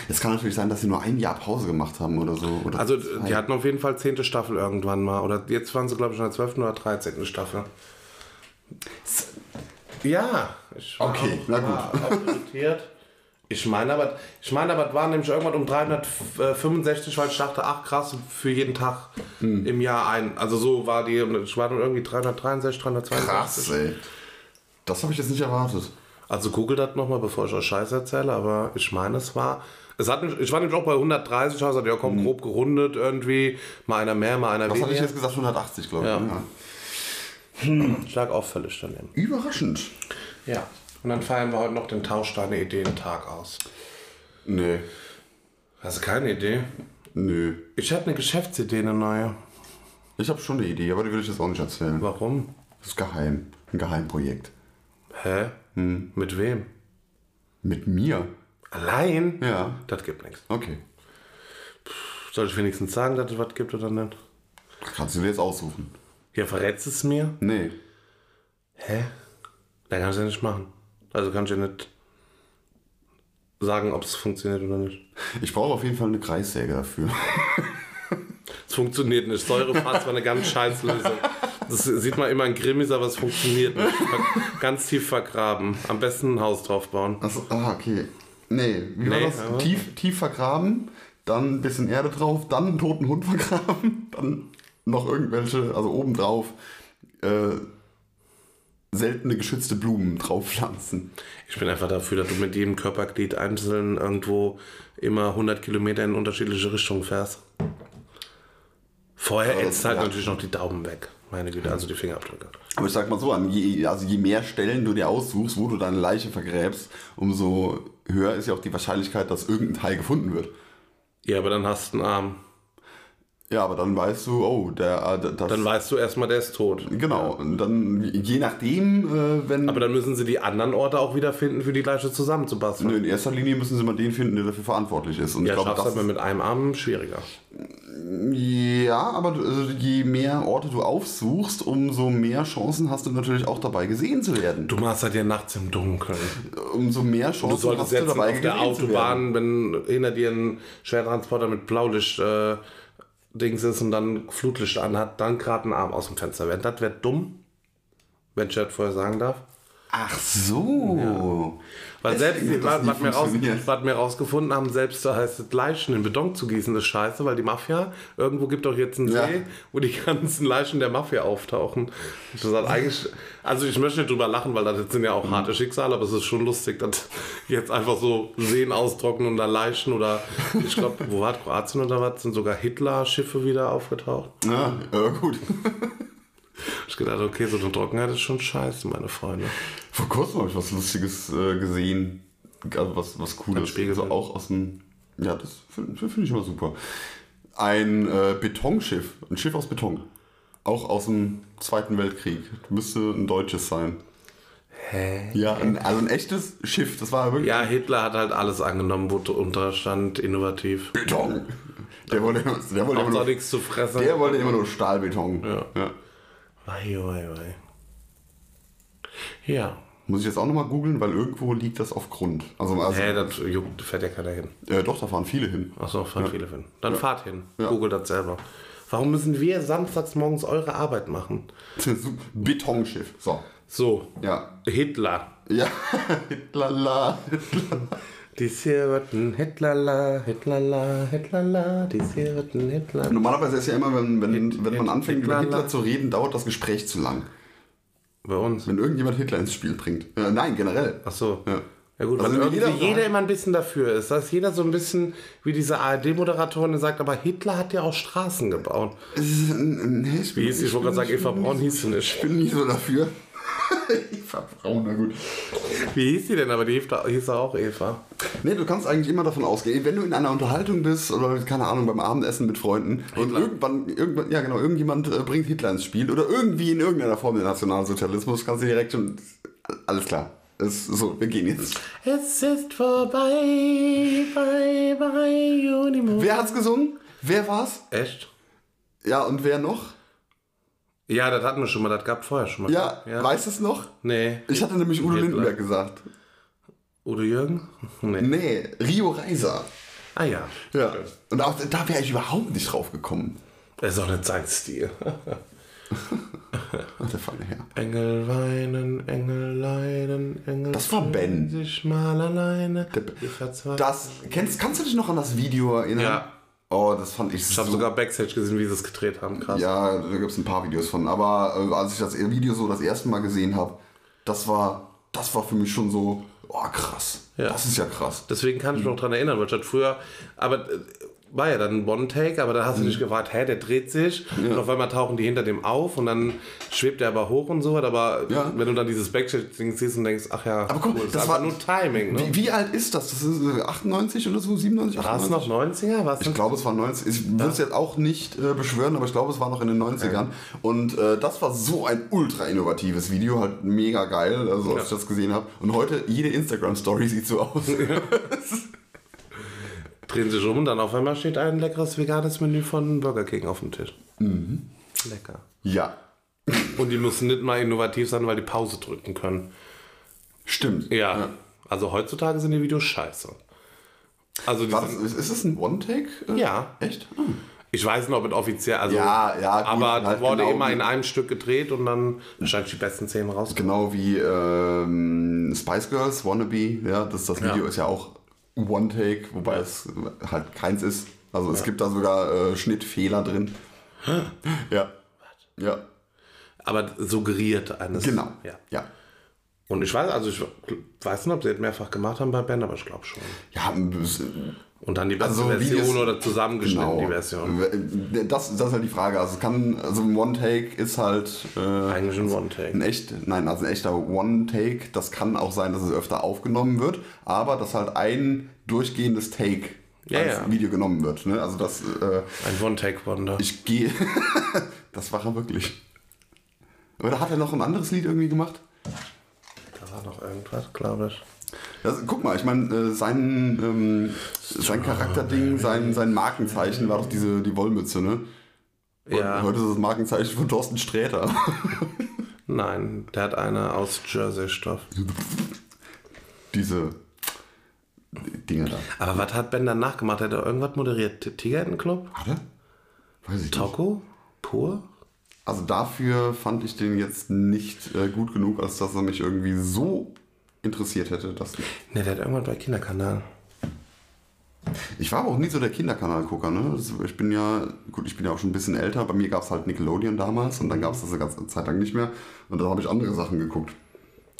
[SPEAKER 1] Es kann natürlich sein, dass sie nur ein Jahr Pause gemacht haben oder so. Oder
[SPEAKER 2] Also,
[SPEAKER 1] zwei.
[SPEAKER 2] die hatten auf jeden Fall 10. Staffel irgendwann mal. Oder jetzt waren sie, glaube ich, in der 12. oder 13. Staffel. Ja. Ich war
[SPEAKER 1] Okay,
[SPEAKER 2] auch-
[SPEAKER 1] na gut.
[SPEAKER 2] war auch irritiert. Ich meine, aber, ich meine, aber es waren nämlich irgendwann um 365, weil ich dachte, ach krass, für jeden Tag
[SPEAKER 1] Hm.
[SPEAKER 2] im Jahr ein. Also so war die, ich war dann irgendwie 363, 362.
[SPEAKER 1] Krass, ey. Das habe ich jetzt nicht erwartet.
[SPEAKER 2] Also google das nochmal, bevor ich euch Scheiß erzähle, aber ich meine, es war. Es hat mich, ich war nämlich auch bei 130, habe gesagt, ja komm, grob gerundet irgendwie. Mal einer mehr, mal einer
[SPEAKER 1] Hm. Was hatte ich
[SPEAKER 2] weniger.
[SPEAKER 1] jetzt gesagt? 180, glaube ich. ne?
[SPEAKER 2] Ja.
[SPEAKER 1] Ja. Ja.
[SPEAKER 2] Schlag auch völlig daneben.
[SPEAKER 1] Überraschend.
[SPEAKER 2] Ja. Und dann feiern wir heute noch den Tausch deine Ideen-Tag aus.
[SPEAKER 1] Nee,
[SPEAKER 2] Hast du keine Idee?
[SPEAKER 1] nö.
[SPEAKER 2] Ich hätte eine Geschäftsidee, eine neue.
[SPEAKER 1] Ich habe schon eine Idee, aber die will ich jetzt auch nicht erzählen.
[SPEAKER 2] Warum?
[SPEAKER 1] Das ist geheim. Ein Geheimprojekt.
[SPEAKER 2] Hä? Mit wem?
[SPEAKER 1] Mit mir?
[SPEAKER 2] Allein?
[SPEAKER 1] Ja.
[SPEAKER 2] Das gibt nichts.
[SPEAKER 1] Okay.
[SPEAKER 2] Soll ich wenigstens sagen, dass es was gibt oder nicht?
[SPEAKER 1] Kannst du dir jetzt aussuchen?
[SPEAKER 2] Ja, verrätst es mir?
[SPEAKER 1] Nee.
[SPEAKER 2] Hä? Dann kannst du ja nicht machen. Also kannst du ja nicht sagen, ob es funktioniert oder nicht.
[SPEAKER 1] Ich brauche auf jeden Fall eine Kreissäge dafür.
[SPEAKER 2] Es funktioniert nicht. Säurefass war eine ganz scheiß Lösung. Das sieht man immer in Krimis, aber es funktioniert nicht. Ver- Ganz tief vergraben. Am besten ein Haus drauf bauen.
[SPEAKER 1] Achso, ah, okay. Nee, wie
[SPEAKER 2] Nee, also-
[SPEAKER 1] war das?
[SPEAKER 2] aber-
[SPEAKER 1] Tief, tief vergraben, dann ein bisschen Erde drauf, dann einen toten Hund <laughs> vergraben, dann noch irgendwelche, also obendrauf, äh, seltene geschützte Blumen draufpflanzen.
[SPEAKER 2] Ich bin einfach dafür, dass du mit jedem Körperglied einzeln irgendwo immer 100 Kilometer in unterschiedliche Richtungen fährst. Vorher
[SPEAKER 1] Aber das-
[SPEAKER 2] ätzt halt
[SPEAKER 1] ja.
[SPEAKER 2] natürlich noch die Daumen weg. Meine Güte, also die Fingerabdrücke.
[SPEAKER 1] Aber ich sag mal so, an je, also je mehr Stellen du dir aussuchst, wo du deine Leiche vergräbst, umso höher ist ja auch die Wahrscheinlichkeit, dass irgendein Teil gefunden wird.
[SPEAKER 2] Ja, aber dann hast du einen Arm.
[SPEAKER 1] Ja, aber dann weißt du, oh, der, äh, das,
[SPEAKER 2] Dann weißt du erstmal, der ist tot.
[SPEAKER 1] Genau, und dann je nachdem, äh, wenn.
[SPEAKER 2] Aber dann müssen sie die anderen Orte auch wieder finden, für die Leiche zusammenzubasteln.
[SPEAKER 1] in erster Linie müssen sie mal den finden, der dafür verantwortlich ist. Und
[SPEAKER 2] Ja,
[SPEAKER 1] ich glaube,
[SPEAKER 2] schaffst
[SPEAKER 1] das
[SPEAKER 2] du aber mit einem Arm schwieriger.
[SPEAKER 1] ja, aber du- also, je mehr Orte du aufsuchst, umso mehr Chancen hast du natürlich auch dabei gesehen zu werden.
[SPEAKER 2] Du machst halt ja nachts im Dunkeln.
[SPEAKER 1] umso mehr Chancen
[SPEAKER 2] Du solltest
[SPEAKER 1] hast du
[SPEAKER 2] jetzt
[SPEAKER 1] dabei
[SPEAKER 2] auf
[SPEAKER 1] gesehen
[SPEAKER 2] der
[SPEAKER 1] zu werden.
[SPEAKER 2] Autobahn, wenn hinter dir ein Schwertransporter mit Blaulicht äh, Dings ist und dann Flutlicht anhat, dann gerade einen Arm aus dem Fenster werden. Das wäre dumm, wenn ich das vorher sagen darf.
[SPEAKER 1] Ach so.
[SPEAKER 2] Weil selbst,
[SPEAKER 1] Deswegen hat das
[SPEAKER 2] was,
[SPEAKER 1] nie
[SPEAKER 2] was, wir raus,
[SPEAKER 1] funktioniert.
[SPEAKER 2] was wir rausgefunden haben, selbst da heißt es Leichen in Beton zu gießen, ist scheiße, weil die Mafia, irgendwo gibt doch jetzt einen
[SPEAKER 1] Ja.
[SPEAKER 2] See, wo die <laughs> ganzen Leichen der Mafia auftauchen. Das hat eigentlich, also ich möchte nicht drüber lachen, weil das jetzt sind ja auch harte Schicksale, aber es ist schon lustig, dass <laughs> jetzt einfach so Seen austrocknen und dann Leichen oder, ich glaube, wo war es, Kroatien oder was, sind sogar Hitler-Schiffe wieder aufgetaucht.
[SPEAKER 1] Ja, äh, gut.
[SPEAKER 2] Ich gedacht, okay, so eine Trockenheit ist schon scheiße, meine Freunde.
[SPEAKER 1] Vor kurzem habe ich was Lustiges äh, gesehen. Also was, was Cooles.
[SPEAKER 2] Spiegel.
[SPEAKER 1] Also auch aus dem. Ja, das finde find ich immer super. Ein äh, Betonschiff. Ein Schiff aus Beton. Auch aus dem Zweiten Weltkrieg. Müsste ein deutsches sein. Hä? Ja, ein, also ein echtes Schiff. Das war wirklich
[SPEAKER 2] Ja, Hitler hat halt alles angenommen, wo drunter stand, innovativ.
[SPEAKER 1] Beton. Der wollte, immer- der, wollte immer
[SPEAKER 2] Hauptsache
[SPEAKER 1] nur,
[SPEAKER 2] nichts zu fressen.
[SPEAKER 1] der wollte immer nur Stahlbeton.
[SPEAKER 2] Ja.
[SPEAKER 1] Ja.
[SPEAKER 2] Wei, wei, wei. Ja.
[SPEAKER 1] Muss ich jetzt auch nochmal googeln, weil irgendwo liegt das auf Grund. Also, also
[SPEAKER 2] Hä, das juckt, fährt ja keiner hin.
[SPEAKER 1] äh, doch, da fahren viele hin. <laughs>
[SPEAKER 2] Achso, fahren viele hin. Dann fahrt hin.
[SPEAKER 1] Ja.
[SPEAKER 2] Google das selber. Warum müssen wir samstags morgens eure Arbeit machen?
[SPEAKER 1] Betonschiff. So.
[SPEAKER 2] So,
[SPEAKER 1] Ja,
[SPEAKER 2] Hitler. <laughs>
[SPEAKER 1] Ja, Hitlerla.
[SPEAKER 2] Dies hier wird ein Hitlerla, Hitlerla, Hitlerla, dies hier wird ein Hitler.
[SPEAKER 1] Normalerweise ist ja immer, wenn, wenn, wenn man anfängt, über
[SPEAKER 2] Hitlerla.
[SPEAKER 1] Hitler zu reden, dauert das Gespräch zu lang.
[SPEAKER 2] Bei uns.
[SPEAKER 1] Wenn irgendjemand Hitler ins Spiel bringt. Äh, nein, generell.
[SPEAKER 2] Achso.
[SPEAKER 1] Ja.
[SPEAKER 2] Ja gut,
[SPEAKER 1] Also
[SPEAKER 2] weil
[SPEAKER 1] wenn
[SPEAKER 2] irgendwie
[SPEAKER 1] jeder
[SPEAKER 2] jeder,
[SPEAKER 1] so ein-
[SPEAKER 2] immer ein bisschen dafür ist. Dass jeder so ein bisschen wie diese ARD-Moderatorin sagt, aber Hitler hat ja auch Straßen gebaut.
[SPEAKER 1] Nee, ich bin,
[SPEAKER 2] Wie hieß die? Ich wollte gerade sagen, Eva Braun hieß sie nicht.
[SPEAKER 1] ich bin nicht so dafür. <laughs> ich verbraune, na gut.
[SPEAKER 2] Wie hieß die denn? Aber die hieß doch- hieß doch auch Eva.
[SPEAKER 1] Nee, du kannst eigentlich immer davon ausgehen, wenn du in einer Unterhaltung bist oder, keine Ahnung, beim Abendessen mit Freunden und irgendwann, irgendwann, ja genau, irgendjemand äh, bringt Hitler ins Spiel oder irgendwie in irgendeiner Form den Nationalsozialismus, kannst du direkt schon, alles klar, es, so, wir gehen jetzt.
[SPEAKER 2] Es ist vorbei, bye, bye, Unimo.
[SPEAKER 1] Wer hat's gesungen? Wer war's?
[SPEAKER 2] Echt?
[SPEAKER 1] Ja, und wer noch?
[SPEAKER 2] Ja, das hatten wir schon mal, das gab vorher schon mal.
[SPEAKER 1] Ja, weißt du es noch?
[SPEAKER 2] Nee.
[SPEAKER 1] Ich hatte nämlich Udo
[SPEAKER 2] Hitler.
[SPEAKER 1] Lindenberg gesagt.
[SPEAKER 2] Udo Jürgen? <laughs> Nee.
[SPEAKER 1] Nee, Rio Reiser.
[SPEAKER 2] Ah ja.
[SPEAKER 1] Ja. Und auch, da wäre ich überhaupt nicht drauf gekommen.
[SPEAKER 2] Das ist auch nicht sein Stil.
[SPEAKER 1] Ach, der Fall her.
[SPEAKER 2] Engel weinen, Engel leiden, Engel.
[SPEAKER 1] Das war
[SPEAKER 2] fühlen
[SPEAKER 1] Ben.
[SPEAKER 2] Sich mal alleine.
[SPEAKER 1] B-
[SPEAKER 2] Die verzweifeln.
[SPEAKER 1] Das, kennst, kannst du dich noch an das Video erinnern?
[SPEAKER 2] Ja.
[SPEAKER 1] Oh, das fand ich,
[SPEAKER 2] Ich habe sogar Backstage gesehen, wie sie es gedreht haben. Krass.
[SPEAKER 1] Ja, da gibt's ein paar Videos von. Aber äh, als ich das Video so das erste Mal gesehen habe, das war, das war für mich schon so, oh krass.
[SPEAKER 2] Ja.
[SPEAKER 1] Das ist ja krass.
[SPEAKER 2] Deswegen kann
[SPEAKER 1] Mhm.
[SPEAKER 2] ich mich noch dran erinnern, weil statt früher, aber äh, war ja dann ein One-Take, aber da hast
[SPEAKER 1] Mhm.
[SPEAKER 2] du dich gefragt, hä, der dreht sich und auf einmal tauchen die hinter dem auf und dann schwebt er aber hoch und so was, aber
[SPEAKER 1] Ja.
[SPEAKER 2] wenn du dann dieses Backstage-Ding siehst und denkst, ach ja,
[SPEAKER 1] Aber guck,
[SPEAKER 2] cool, ist
[SPEAKER 1] das war-
[SPEAKER 2] einfach nur Timing, ne?
[SPEAKER 1] Wie, wie alt ist das? Das ist äh, 98 oder so, 97, 98?
[SPEAKER 2] War es noch 90er? War's
[SPEAKER 1] Ich
[SPEAKER 2] noch-
[SPEAKER 1] glaube, es war 90. Ich will es jetzt auch nicht äh, beschwören, aber ich glaube, es war noch in den 90ern. Und äh, das war so ein ultra innovatives Video, halt mega geil, also als ich das gesehen habe. Und heute, jede Instagram-Story <laughs> sieht so aus.
[SPEAKER 2] Drehen sich um und dann auf einmal steht ein leckeres veganes Menü von Burger King auf dem Tisch.
[SPEAKER 1] Mhm.
[SPEAKER 2] Lecker.
[SPEAKER 1] ja,
[SPEAKER 2] Und die müssen nicht mal innovativ sein, weil die Pause drücken können.
[SPEAKER 1] stimmt.
[SPEAKER 2] Ja. Also heutzutage sind die Videos scheiße. Also die
[SPEAKER 1] War
[SPEAKER 2] sind-
[SPEAKER 1] das, ist ist es ein One-Take? Äh,
[SPEAKER 2] Ja.
[SPEAKER 1] Echt? Hm.
[SPEAKER 2] Ich weiß nicht, ob es offiziell, also,
[SPEAKER 1] Ja, ja, gut,
[SPEAKER 2] aber das
[SPEAKER 1] halt
[SPEAKER 2] wurde
[SPEAKER 1] genau
[SPEAKER 2] immer
[SPEAKER 1] wie-
[SPEAKER 2] in einem Stück gedreht und dann scheint die besten Szenen rausgekommen.
[SPEAKER 1] Genau wie ähm, Spice Girls, Wannabe. Ja, das, das Video
[SPEAKER 2] Ja.
[SPEAKER 1] ist ja auch One-Take, wobei es halt keins ist. Also es gibt da sogar äh, Schnittfehler drin. ja. Ja,
[SPEAKER 2] Aber suggeriert eines.
[SPEAKER 1] genau.
[SPEAKER 2] Ja.
[SPEAKER 1] ja.
[SPEAKER 2] Und ich weiß, also ich weiß nicht, ob sie das mehrfach gemacht haben bei Ben, aber ich glaube schon.
[SPEAKER 1] Ja, ein bisschen-
[SPEAKER 2] Und dann die beste
[SPEAKER 1] Also, wie
[SPEAKER 2] Version
[SPEAKER 1] das-
[SPEAKER 2] oder zusammengeschnitten
[SPEAKER 1] genau.
[SPEAKER 2] die Version.
[SPEAKER 1] Das, das ist halt die Frage. Also es kann, also ein One-Take ist halt äh,
[SPEAKER 2] Eigentlich ein
[SPEAKER 1] ein
[SPEAKER 2] One-Take.
[SPEAKER 1] echt, nein, also ein echter One-Take. Das kann auch sein, dass es öfter aufgenommen wird, aber dass halt ein durchgehendes Take
[SPEAKER 2] Ja,
[SPEAKER 1] als
[SPEAKER 2] ja.
[SPEAKER 1] Video genommen wird. Ne? Also das, äh,
[SPEAKER 2] Ein One-Take-Wonder.
[SPEAKER 1] ich gehe, <laughs> das war er wirklich. Oder hat er noch ein anderes Lied irgendwie gemacht?
[SPEAKER 2] Da war noch irgendwas, glaube ich.
[SPEAKER 1] Das, guck mal, ich meine, äh, sein, ähm, sein Charakterding, sein, sein Markenzeichen war doch diese, die Wollmütze, ne?
[SPEAKER 2] Ja.
[SPEAKER 1] Heute ist das Markenzeichen von Thorsten Sträter. <laughs>
[SPEAKER 2] Nein, der hat eine aus Jersey-Stoff.
[SPEAKER 1] Diese Dinge da.
[SPEAKER 2] Aber was hat Ben danach gemacht? Hat er irgendwas moderiert? Tiger in den Club?
[SPEAKER 1] Warte? Weiß ich
[SPEAKER 2] Toko? Pur?
[SPEAKER 1] Also dafür fand ich den jetzt nicht äh, gut genug, als dass er mich irgendwie so interessiert hätte. Dass
[SPEAKER 2] Ne, der hat irgendwann bei Kinderkanal.
[SPEAKER 1] ich war aber auch nie so der Kinderkanalgucker. Ne? Das- Ich bin ja, gut, ich bin ja auch schon ein bisschen älter. Bei mir gab es halt Nickelodeon damals und dann gab es das eine ganze Zeit lang nicht mehr. Und da habe ich andere Sachen geguckt.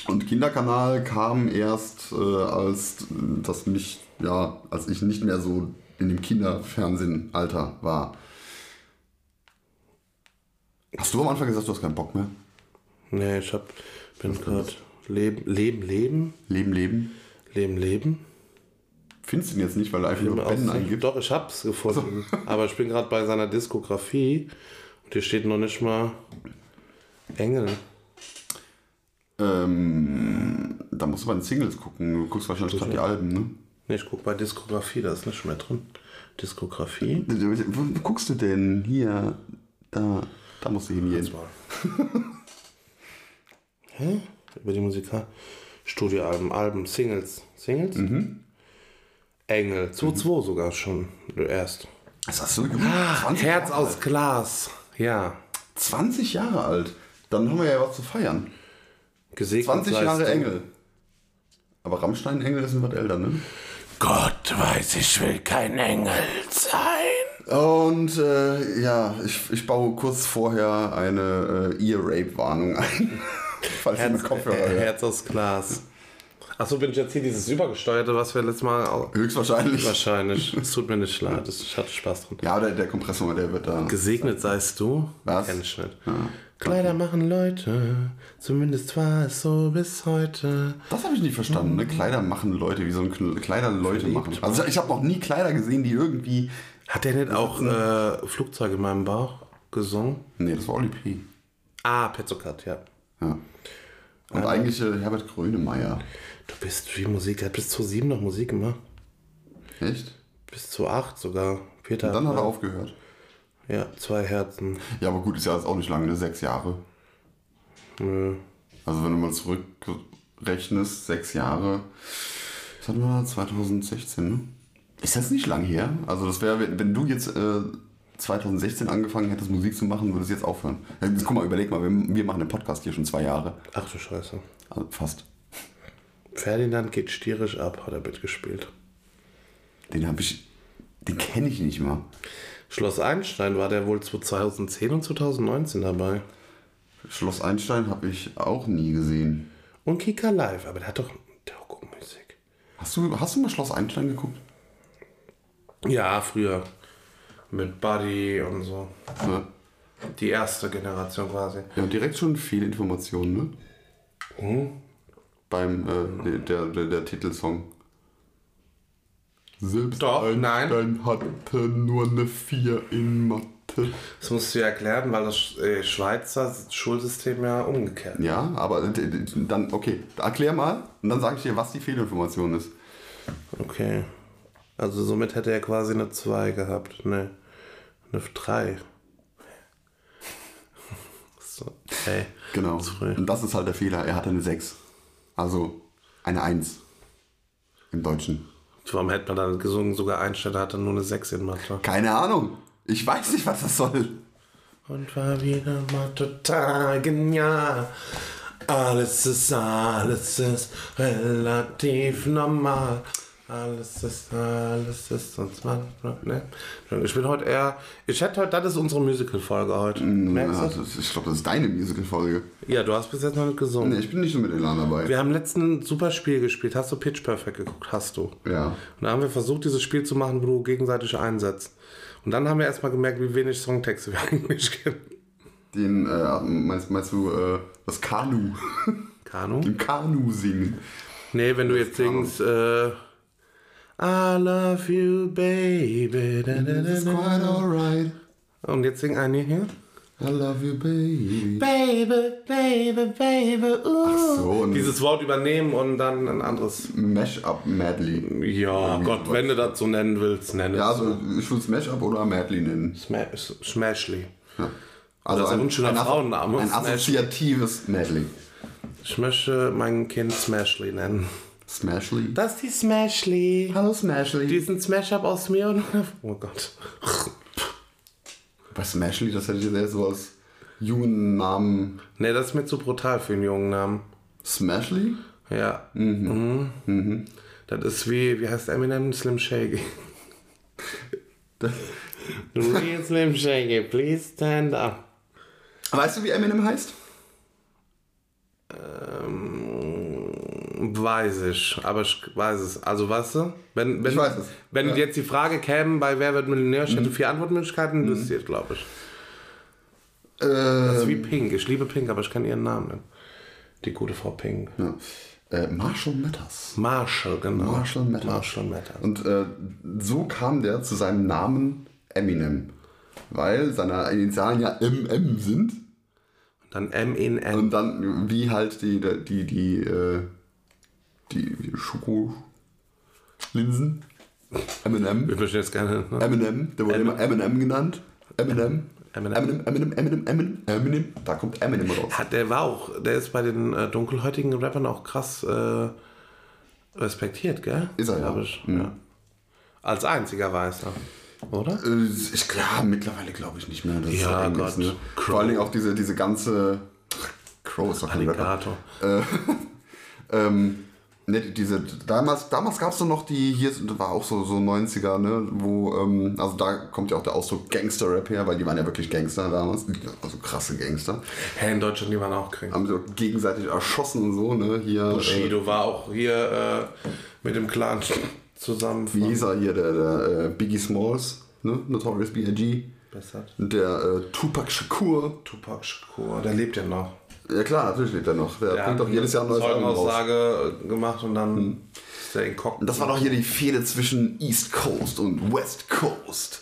[SPEAKER 1] Und Kinderkanal kam erst, äh, als das mich, ja, als ich nicht mehr so in dem Kinderfernsehen-Alter war. Hast du am Anfang gesagt, du hast keinen Bock mehr?
[SPEAKER 2] Ne, ich hab, bin gerade Leben, Leben, Leben,
[SPEAKER 1] Leben, Leben?
[SPEAKER 2] Leben, Leben.
[SPEAKER 1] Findest du ihn jetzt nicht, weil er einfach nur Ben eingibt?
[SPEAKER 2] Doch, ich hab's gefunden. <laughs> Aber ich bin gerade bei seiner Diskografie und hier steht noch nicht mal Engel.
[SPEAKER 1] Ähm, da musst du bei den Singles gucken. Du guckst wahrscheinlich gerade die Alben, ne?
[SPEAKER 2] Ne, ich guck bei Diskografie, da ist nicht mehr drin. Diskografie.
[SPEAKER 1] Wo guckst du denn? Hier, da, da musst du hingehen.
[SPEAKER 2] <laughs> Jetzt mal. Hä? Über die Musiker. Studioalben, Alben, Singles. Singles? Engel. 2-2 sogar schon. Du erst.
[SPEAKER 1] Was hast du gemacht? 20
[SPEAKER 2] Herz
[SPEAKER 1] Jahre
[SPEAKER 2] aus
[SPEAKER 1] alt.
[SPEAKER 2] Glas. Ja.
[SPEAKER 1] 20 Jahre alt. Dann haben wir ja was zu feiern.
[SPEAKER 2] Gesegnet
[SPEAKER 1] 20
[SPEAKER 2] seist
[SPEAKER 1] Jahre
[SPEAKER 2] du.
[SPEAKER 1] Engel. Aber Rammstein Engel ist ein was älter, ne?
[SPEAKER 2] Gott weiß, ich will kein Engel sein.
[SPEAKER 1] Und äh, ja, ich, ich baue kurz vorher eine äh, Ear-Rape-Warnung ein. <laughs> Falls ihr mit Kopfhörer
[SPEAKER 2] Äh,
[SPEAKER 1] hört.
[SPEAKER 2] Herz aus Glas. Achso, bin ich jetzt hier dieses übergesteuerte, was wir letztes Mal. Au-
[SPEAKER 1] Höchstwahrscheinlich.
[SPEAKER 2] Wahrscheinlich. Es tut mir nicht leid. Das- Ich hatte Spaß dran.
[SPEAKER 1] Ja, der, der Kompressor, der wird da.
[SPEAKER 2] Gesegnet seist du.
[SPEAKER 1] Was?
[SPEAKER 2] Kenn ich nicht. Kleider machen Leute. Zumindest war es so bis heute.
[SPEAKER 1] Das habe ich nicht verstanden. Ne? Kleider machen Leute, wie so ein Kn- Kleider Leute machen. Also ich habe noch nie Kleider gesehen, die irgendwie.
[SPEAKER 2] Hat der nicht auch äh, Flugzeug in meinem Bauch gesungen?
[SPEAKER 1] Nee, das war Oli P.
[SPEAKER 2] Ah, Petzokat, ja.
[SPEAKER 1] Ja. Und eigentlich äh, Herbert Grönemeyer.
[SPEAKER 2] Du bist wie Musik. Er hat bis zu sieben noch Musik gemacht.
[SPEAKER 1] Echt?
[SPEAKER 2] Bis zu acht sogar. Peter.
[SPEAKER 1] Dann hat er aufgehört.
[SPEAKER 2] Ja, zwei Herzen.
[SPEAKER 1] Ja, aber gut, ist ja jetzt auch nicht lange, ne? Sechs Jahre.
[SPEAKER 2] Nö.
[SPEAKER 1] Also wenn du mal zurückrechnest, sechs Jahre. Das hatten wir 2016, ne? Ist das nicht lang her? Also das wäre, wenn- wenn du jetzt äh, 2016 angefangen hättest, Musik zu machen, würdest du jetzt aufhören. Ja, Jetzt, guck mal, überleg mal, wir, wir machen den Podcast hier schon zwei Jahre.
[SPEAKER 2] Ach du Scheiße.
[SPEAKER 1] Also fast.
[SPEAKER 2] Ferdinand geht stierisch ab, hat er mitgespielt.
[SPEAKER 1] Den habe ich. Den kenne ich nicht mal.
[SPEAKER 2] Schloss Einstein war der wohl 2010 und 2019 dabei.
[SPEAKER 1] Schloss Einstein habe ich auch nie gesehen.
[SPEAKER 2] Und Kika Live, aber der hat doch Doku-Musik.
[SPEAKER 1] Hast du, hast du mal Schloss Einstein geguckt?
[SPEAKER 2] Ja, früher. Mit Buddy und so.
[SPEAKER 1] Ja.
[SPEAKER 2] Die erste Generation quasi.
[SPEAKER 1] Ja, direkt schon viel Information, ne?
[SPEAKER 2] Hm?
[SPEAKER 1] Beim äh, der- der, der, der Titelsong. Selbst
[SPEAKER 2] Doch, nein.
[SPEAKER 1] hatte nur eine 4 in Mathe.
[SPEAKER 2] Das musst du ja erklären, weil das Sch- äh, Schweizer Schulsystem ja umgekehrt ist.
[SPEAKER 1] Ja, aber äh, d- d- dann, okay, erklär mal und dann sage ich dir, was die Fehlinformation ist.
[SPEAKER 2] Okay. Also somit hätte er quasi eine 2 gehabt. Ne. Eine 3. <laughs> so. Hey.
[SPEAKER 1] Genau.
[SPEAKER 2] Sorry.
[SPEAKER 1] Und das ist halt der Fehler. Er hatte eine 6. Also eine 1. Im Deutschen.
[SPEAKER 2] Warum hätte man dann gesungen, sogar Einstein hatte nur eine 6 in Mathe?
[SPEAKER 1] Keine Ahnung. Ich weiß nicht, was das soll.
[SPEAKER 2] Und war wieder mal total genial. Alles ist, alles ist relativ normal. Alles ist, alles ist sonst manchmal. Ne? Ich bin heute eher. Ich hätte heute, das ist unsere Musical-Folge heute. Merkst
[SPEAKER 1] Mm, Ja,
[SPEAKER 2] du?
[SPEAKER 1] das, ich glaube, das ist deine Musical-Folge.
[SPEAKER 2] Ja, du hast bis jetzt noch nicht gesungen.
[SPEAKER 1] Nee, ich bin nicht so mit Elan dabei.
[SPEAKER 2] Wir haben letzten ein super Spiel gespielt. Hast du Pitch Perfect geguckt? Hast du.
[SPEAKER 1] Ja.
[SPEAKER 2] Und da haben wir versucht, dieses Spiel zu machen, wo du gegenseitig einsetzt. Und dann haben wir erstmal gemerkt, wie wenig Songtexte wir <laughs> eigentlich kennen.
[SPEAKER 1] Den, äh, meinst, meinst du, äh, das <laughs> Kanu?
[SPEAKER 2] Kanu?
[SPEAKER 1] Im Kanu singen.
[SPEAKER 2] Nee, wenn du jetzt singst, äh, I love you, baby. Da, da, da,
[SPEAKER 1] It's
[SPEAKER 2] da.
[SPEAKER 1] quite alright.
[SPEAKER 2] Und jetzt sing eine hier.
[SPEAKER 1] I love you, baby.
[SPEAKER 2] Baby, baby, baby, uh.
[SPEAKER 1] So, ein
[SPEAKER 2] Dieses Wort übernehmen und dann ein anderes.
[SPEAKER 1] Mash-up Madly.
[SPEAKER 2] Ja, Gott, wenn du das so nennen willst, nenne
[SPEAKER 1] Ja,
[SPEAKER 2] es.
[SPEAKER 1] also ich würde es Mash-up oder Madly nennen.
[SPEAKER 2] Smash, Smashly.
[SPEAKER 1] Also
[SPEAKER 2] Das ist ein unschöner
[SPEAKER 1] Asso-
[SPEAKER 2] Frauenname.
[SPEAKER 1] Ein
[SPEAKER 2] Smash.
[SPEAKER 1] assoziatives Madly.
[SPEAKER 2] Ich möchte mein Kind Smashly nennen.
[SPEAKER 1] Smashly.
[SPEAKER 2] Das ist die Smashly.
[SPEAKER 1] Hallo, Smashly.
[SPEAKER 2] Die ist ein Smash-Up aus mir und... <laughs> Oh Gott.
[SPEAKER 1] Bei Smashly, das hätte ich jetzt eher so als jungen Namen
[SPEAKER 2] Ne, das ist mir zu brutal für einen jungen Namen.
[SPEAKER 1] Smashley?
[SPEAKER 2] Ja. Mhm. Mhm. Das ist wie, wie heißt Eminem? Slim Shaggy. <laughs> Real Slim Shaggy, please stand up.
[SPEAKER 1] Weißt du, wie Eminem heißt?
[SPEAKER 2] Weiß ich, aber ich weiß es. Also, weißt du, wenn, wenn,
[SPEAKER 1] Ich weiß es.
[SPEAKER 2] wenn
[SPEAKER 1] Ja.
[SPEAKER 2] jetzt die Frage käme, bei Wer wird Millionär, ich hätte vier Antwortmöglichkeiten, wüsste ich, glaube ich.
[SPEAKER 1] Äh,
[SPEAKER 2] Das
[SPEAKER 1] Ähm.
[SPEAKER 2] ist wie Pink. Ich liebe Pink, aber ich kann ihren Namen nicht. Die gute Frau Pink.
[SPEAKER 1] ja. äh, Marshall Matters.
[SPEAKER 2] Marshall, genau.
[SPEAKER 1] Marshall Mathers.
[SPEAKER 2] Marshall Mathers.
[SPEAKER 1] Und äh, so kam der zu seinem Namen Eminem. Weil seine Initialen ja MM sind.
[SPEAKER 2] Dann M in N.
[SPEAKER 1] Und dann, wie halt die, die, die, äh, die Schokolinsen. Eminem.
[SPEAKER 2] Wir möchten jetzt gerne. Ne?
[SPEAKER 1] Eminem. Der wurde immer Eminem genannt. Eminem.
[SPEAKER 2] Eminem.
[SPEAKER 1] Eminem, Eminem, Eminem, Eminem, Eminem. Da kommt Eminem raus.
[SPEAKER 2] Hat, der war auch, der ist bei den äh, dunkelhäutigen Rappern auch krass äh, respektiert, gell?
[SPEAKER 1] Ist er, ja. Mhm.
[SPEAKER 2] Glaub Ich. ja. Als einziger Weißer, oder?
[SPEAKER 1] Äh, Ich glaube, mittlerweile glaube ich nicht mehr. dass es
[SPEAKER 2] Ja,
[SPEAKER 1] da eng
[SPEAKER 2] Gott.
[SPEAKER 1] ist, ne?
[SPEAKER 2] Crow.
[SPEAKER 1] Vor allen Dingen auch diese, diese ganze. Crow ist doch kein Rapper.
[SPEAKER 2] Alligator.
[SPEAKER 1] Ähm, ne, diese, damals damals gab es doch noch die, hier war auch so, so 90er, ne, wo, ähm, also da kommt ja auch der Ausdruck Gangster-Rap her, weil die waren ja wirklich Gangster damals, also krasse Gangster.
[SPEAKER 2] Hey, in Deutschland, die waren auch kriegen.
[SPEAKER 1] Haben sie auch gegenseitig erschossen und so, ne,
[SPEAKER 2] Oh,
[SPEAKER 1] hier. Äh,
[SPEAKER 2] Bushido war auch hier äh, mit dem Clan zusammen.
[SPEAKER 1] wie hieß er hier, der, der äh, Biggie Smalls, ne, Notorious B.I.G.,
[SPEAKER 2] Verbessert.
[SPEAKER 1] der äh, Tupac Shakur.
[SPEAKER 2] Tupac Shakur, der lebt ja noch.
[SPEAKER 1] Ja klar, natürlich lebt er noch, der
[SPEAKER 2] Der
[SPEAKER 1] bringt doch jedes Jahr ein neues Album raus. Hm.
[SPEAKER 2] Zeugenaussage äh, gemacht und dann ist der inkognito.
[SPEAKER 1] Das war doch hier die Fehde zwischen East Coast und West Coast.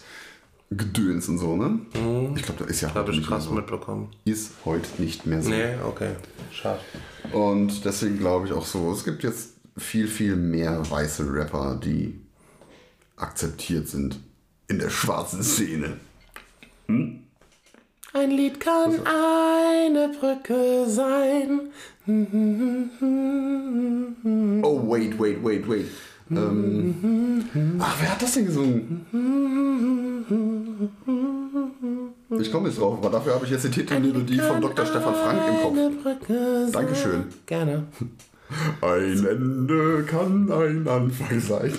[SPEAKER 1] Gedöns und so, ne? Ich glaube, das ist ja
[SPEAKER 2] Habe
[SPEAKER 1] heute
[SPEAKER 2] ich
[SPEAKER 1] nicht mehr
[SPEAKER 2] krass
[SPEAKER 1] so.
[SPEAKER 2] mitbekommen.
[SPEAKER 1] Ist heute nicht mehr so.
[SPEAKER 2] Nee, okay. Schade.
[SPEAKER 1] Und deswegen glaube ich auch so, es gibt jetzt viel, viel mehr weiße Rapper, die akzeptiert sind in der schwarzen Szene.
[SPEAKER 2] Ein Lied kann eine Brücke sein.
[SPEAKER 1] Oh, wait, wait, wait, wait. Ähm, ach, wer hat das denn gesungen? Ich komme jetzt drauf, aber dafür habe ich jetzt die Titelmelodie von Dr. Stefan Frank im Kopf.
[SPEAKER 2] Brücke sein.
[SPEAKER 1] Dankeschön.
[SPEAKER 2] Gerne.
[SPEAKER 1] Ein Ende kann ein Anfang sein.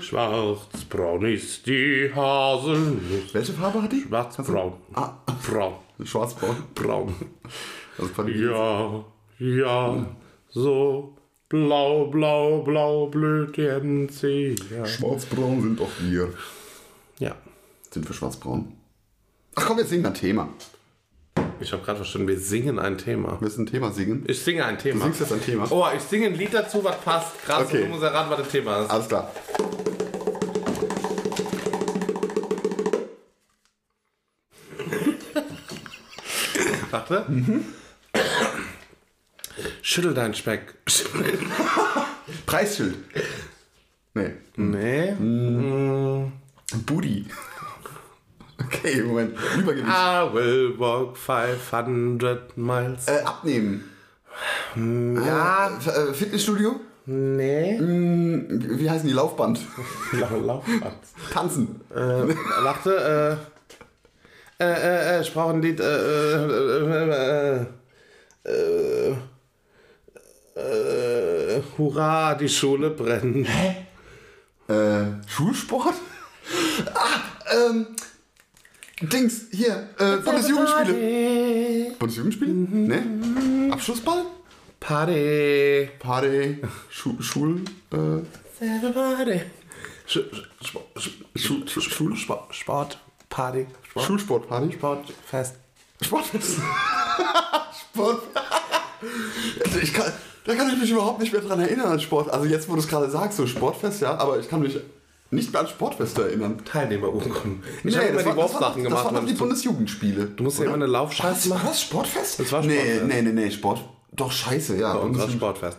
[SPEAKER 2] Schwarzbraun ist die Haselnuss.
[SPEAKER 1] Welche Farbe hat die?
[SPEAKER 2] Schwarzbraun.
[SPEAKER 1] Ah,
[SPEAKER 2] Braun.
[SPEAKER 1] schwarzbraun.
[SPEAKER 2] Braun.
[SPEAKER 1] Also fand ich-
[SPEAKER 2] Ja, ja, so. Blau, blau, blau, blöd, die MC. Ja.
[SPEAKER 1] Schwarzbraun sind auch wir.
[SPEAKER 2] ja.
[SPEAKER 1] Sind wir schwarzbraun? Ach komm, wir singen ein Thema.
[SPEAKER 2] Ich habe gerade verstanden, wir singen ein Thema.
[SPEAKER 1] Wir müssen ein Thema singen.
[SPEAKER 2] Ich singe ein Thema.
[SPEAKER 1] Du singst jetzt ein Thema.
[SPEAKER 2] Oh, ich singe ein Lied dazu, was passt. Krass,
[SPEAKER 1] Okay.
[SPEAKER 2] und du musst erraten, was das Thema ist.
[SPEAKER 1] Alles klar.
[SPEAKER 2] Warte. Schüttel deinen Speck.
[SPEAKER 1] Preisschild. Nee.
[SPEAKER 2] Nee.
[SPEAKER 1] Booty. Okay, Moment. Übergewicht.
[SPEAKER 2] I will walk 500 miles.
[SPEAKER 1] Äh, abnehmen. Ja. Äh, Fitnessstudio?
[SPEAKER 2] Nee.
[SPEAKER 1] Hm, wie heißen die? Laufband.
[SPEAKER 2] Laufband.
[SPEAKER 1] Tanzen.
[SPEAKER 2] Äh, warte, äh, äh, äh, ich brauche ein Lied, äh, äh, äh, äh, äh, äh, hurra, die Schule brennt.
[SPEAKER 1] Äh, Schulsport? <laughs> ah, ähm. Dings, hier, äh, Bundesjugendspiele. Bundesjugendspiele? Ne? Abschlussball?
[SPEAKER 2] Party.
[SPEAKER 1] Party, Schu Schul, äh,
[SPEAKER 2] Everybody. Sch Sch Sch Sch Schul Sport, Sport, Party, Sport,
[SPEAKER 1] Schulsportparty?
[SPEAKER 2] Sportfest.
[SPEAKER 1] Sportfest. <laughs> Sport. Also ich kann, da kann ich mich überhaupt nicht mehr dran erinnern an Sport. Also jetzt, wo du es gerade sagst, so Sportfest, ja, aber ich kann mich nicht mehr an Sportfeste erinnern.
[SPEAKER 2] Teilnehmerurkunden. Ich
[SPEAKER 1] Nee,
[SPEAKER 2] habe immer
[SPEAKER 1] das
[SPEAKER 2] die
[SPEAKER 1] war- das war-
[SPEAKER 2] Wurfsachen
[SPEAKER 1] Das
[SPEAKER 2] gemacht.
[SPEAKER 1] waren doch die
[SPEAKER 2] wenn ich-
[SPEAKER 1] Bundesjugendspiele.
[SPEAKER 2] Du musst ja immer eine Laufscheiße
[SPEAKER 1] Was, war
[SPEAKER 2] machen.
[SPEAKER 1] das Sportfest?
[SPEAKER 2] Das war
[SPEAKER 1] Nee,
[SPEAKER 2] Sportfest.
[SPEAKER 1] nee, nee, nee, Sport. Doch, scheiße, ja.
[SPEAKER 2] Und das war
[SPEAKER 1] Bundesjugend-
[SPEAKER 2] Sportfest.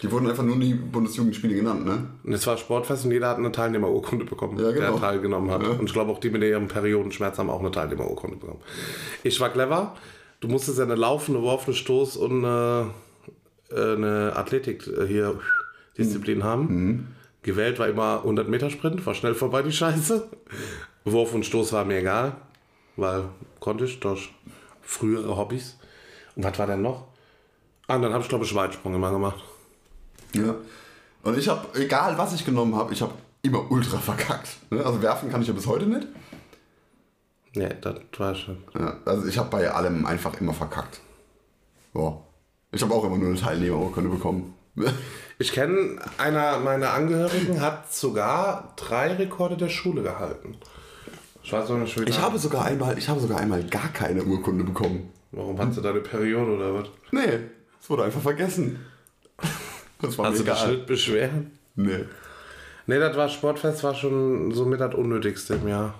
[SPEAKER 1] Die wurden einfach nur die Bundesjugendspiele genannt, ne?
[SPEAKER 2] Und es war Sportfest und jeder hat eine Teilnehmerurkunde bekommen,
[SPEAKER 1] Ja, genau.
[SPEAKER 2] der teilgenommen hat. Und ich glaube auch die mit ihrem Periodenschmerz haben auch eine Teilnehmerurkunde bekommen. Ich war clever. Du musstest ja eine laufende, geworfene Stoß und eine, eine Athletik äh, hier
[SPEAKER 1] Mhm.
[SPEAKER 2] Disziplin haben. Gewählt war immer 100 Meter Sprint, war schnell vorbei die Scheiße. Wurf und Stoß war mir egal, weil konnte ich durch frühere Hobbys. Und was war denn noch? Ah, und dann habe ich, glaube ich, Weitsprung mal gemacht.
[SPEAKER 1] Ja. Und ich habe, egal was ich genommen habe, ich habe immer ultra verkackt. Ne? Also werfen kann ich ja bis heute nicht.
[SPEAKER 2] Nee, das war schon.
[SPEAKER 1] Ja. Also ich habe bei allem einfach immer verkackt. Ja. Ich habe auch immer nur eine Teilnehmerurkunde bekommen. <laughs>
[SPEAKER 2] Ich kenne, einer meiner Angehörigen hat sogar drei Rekorde der Schule gehalten. Ich weiß auch nicht, wie
[SPEAKER 1] Ich habe sogar einmal, ich habe sogar einmal gar keine Urkunde bekommen.
[SPEAKER 2] Warum hast du da eine Periode oder was?
[SPEAKER 1] Nee, es wurde einfach vergessen. <laughs> Das war mir
[SPEAKER 2] Hast du dich
[SPEAKER 1] egal.
[SPEAKER 2] nicht beschweren?
[SPEAKER 1] Nee.
[SPEAKER 2] Nee, das war Sportfest, war schon so mit das Unnötigste im Jahr.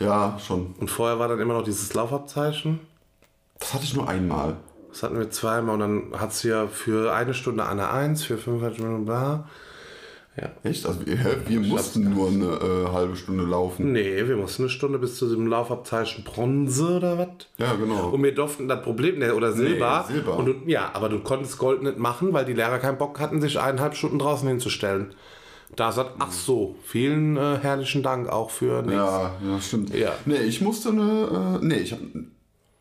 [SPEAKER 1] Ja, schon.
[SPEAKER 2] Und vorher war dann immer noch dieses Laufabzeichen.
[SPEAKER 1] Das hatte ich nur einmal.
[SPEAKER 2] Das hatten wir zweimal und dann hat es ja für eine Stunde eine Eins, für 45 Minuten bla.
[SPEAKER 1] Echt? Also wir, hä, wir mussten nur eine äh, halbe Stunde laufen.
[SPEAKER 2] Nee, wir mussten eine Stunde bis zu diesem Laufabzeichen Bronze oder was?
[SPEAKER 1] Ja, genau.
[SPEAKER 2] Und wir durften das Problem, ne, oder Silber.
[SPEAKER 1] Silber.
[SPEAKER 2] Und du, ja, aber du konntest Gold nicht machen, weil die Lehrer keinen Bock hatten, sich eineinhalb Stunden draußen hinzustellen. Da sagt, ach so, vielen äh, herrlichen Dank auch für nichts.
[SPEAKER 1] Ja, ja, stimmt.
[SPEAKER 2] Ja.
[SPEAKER 1] Nee, ich musste eine. Äh, nee, ich habe eine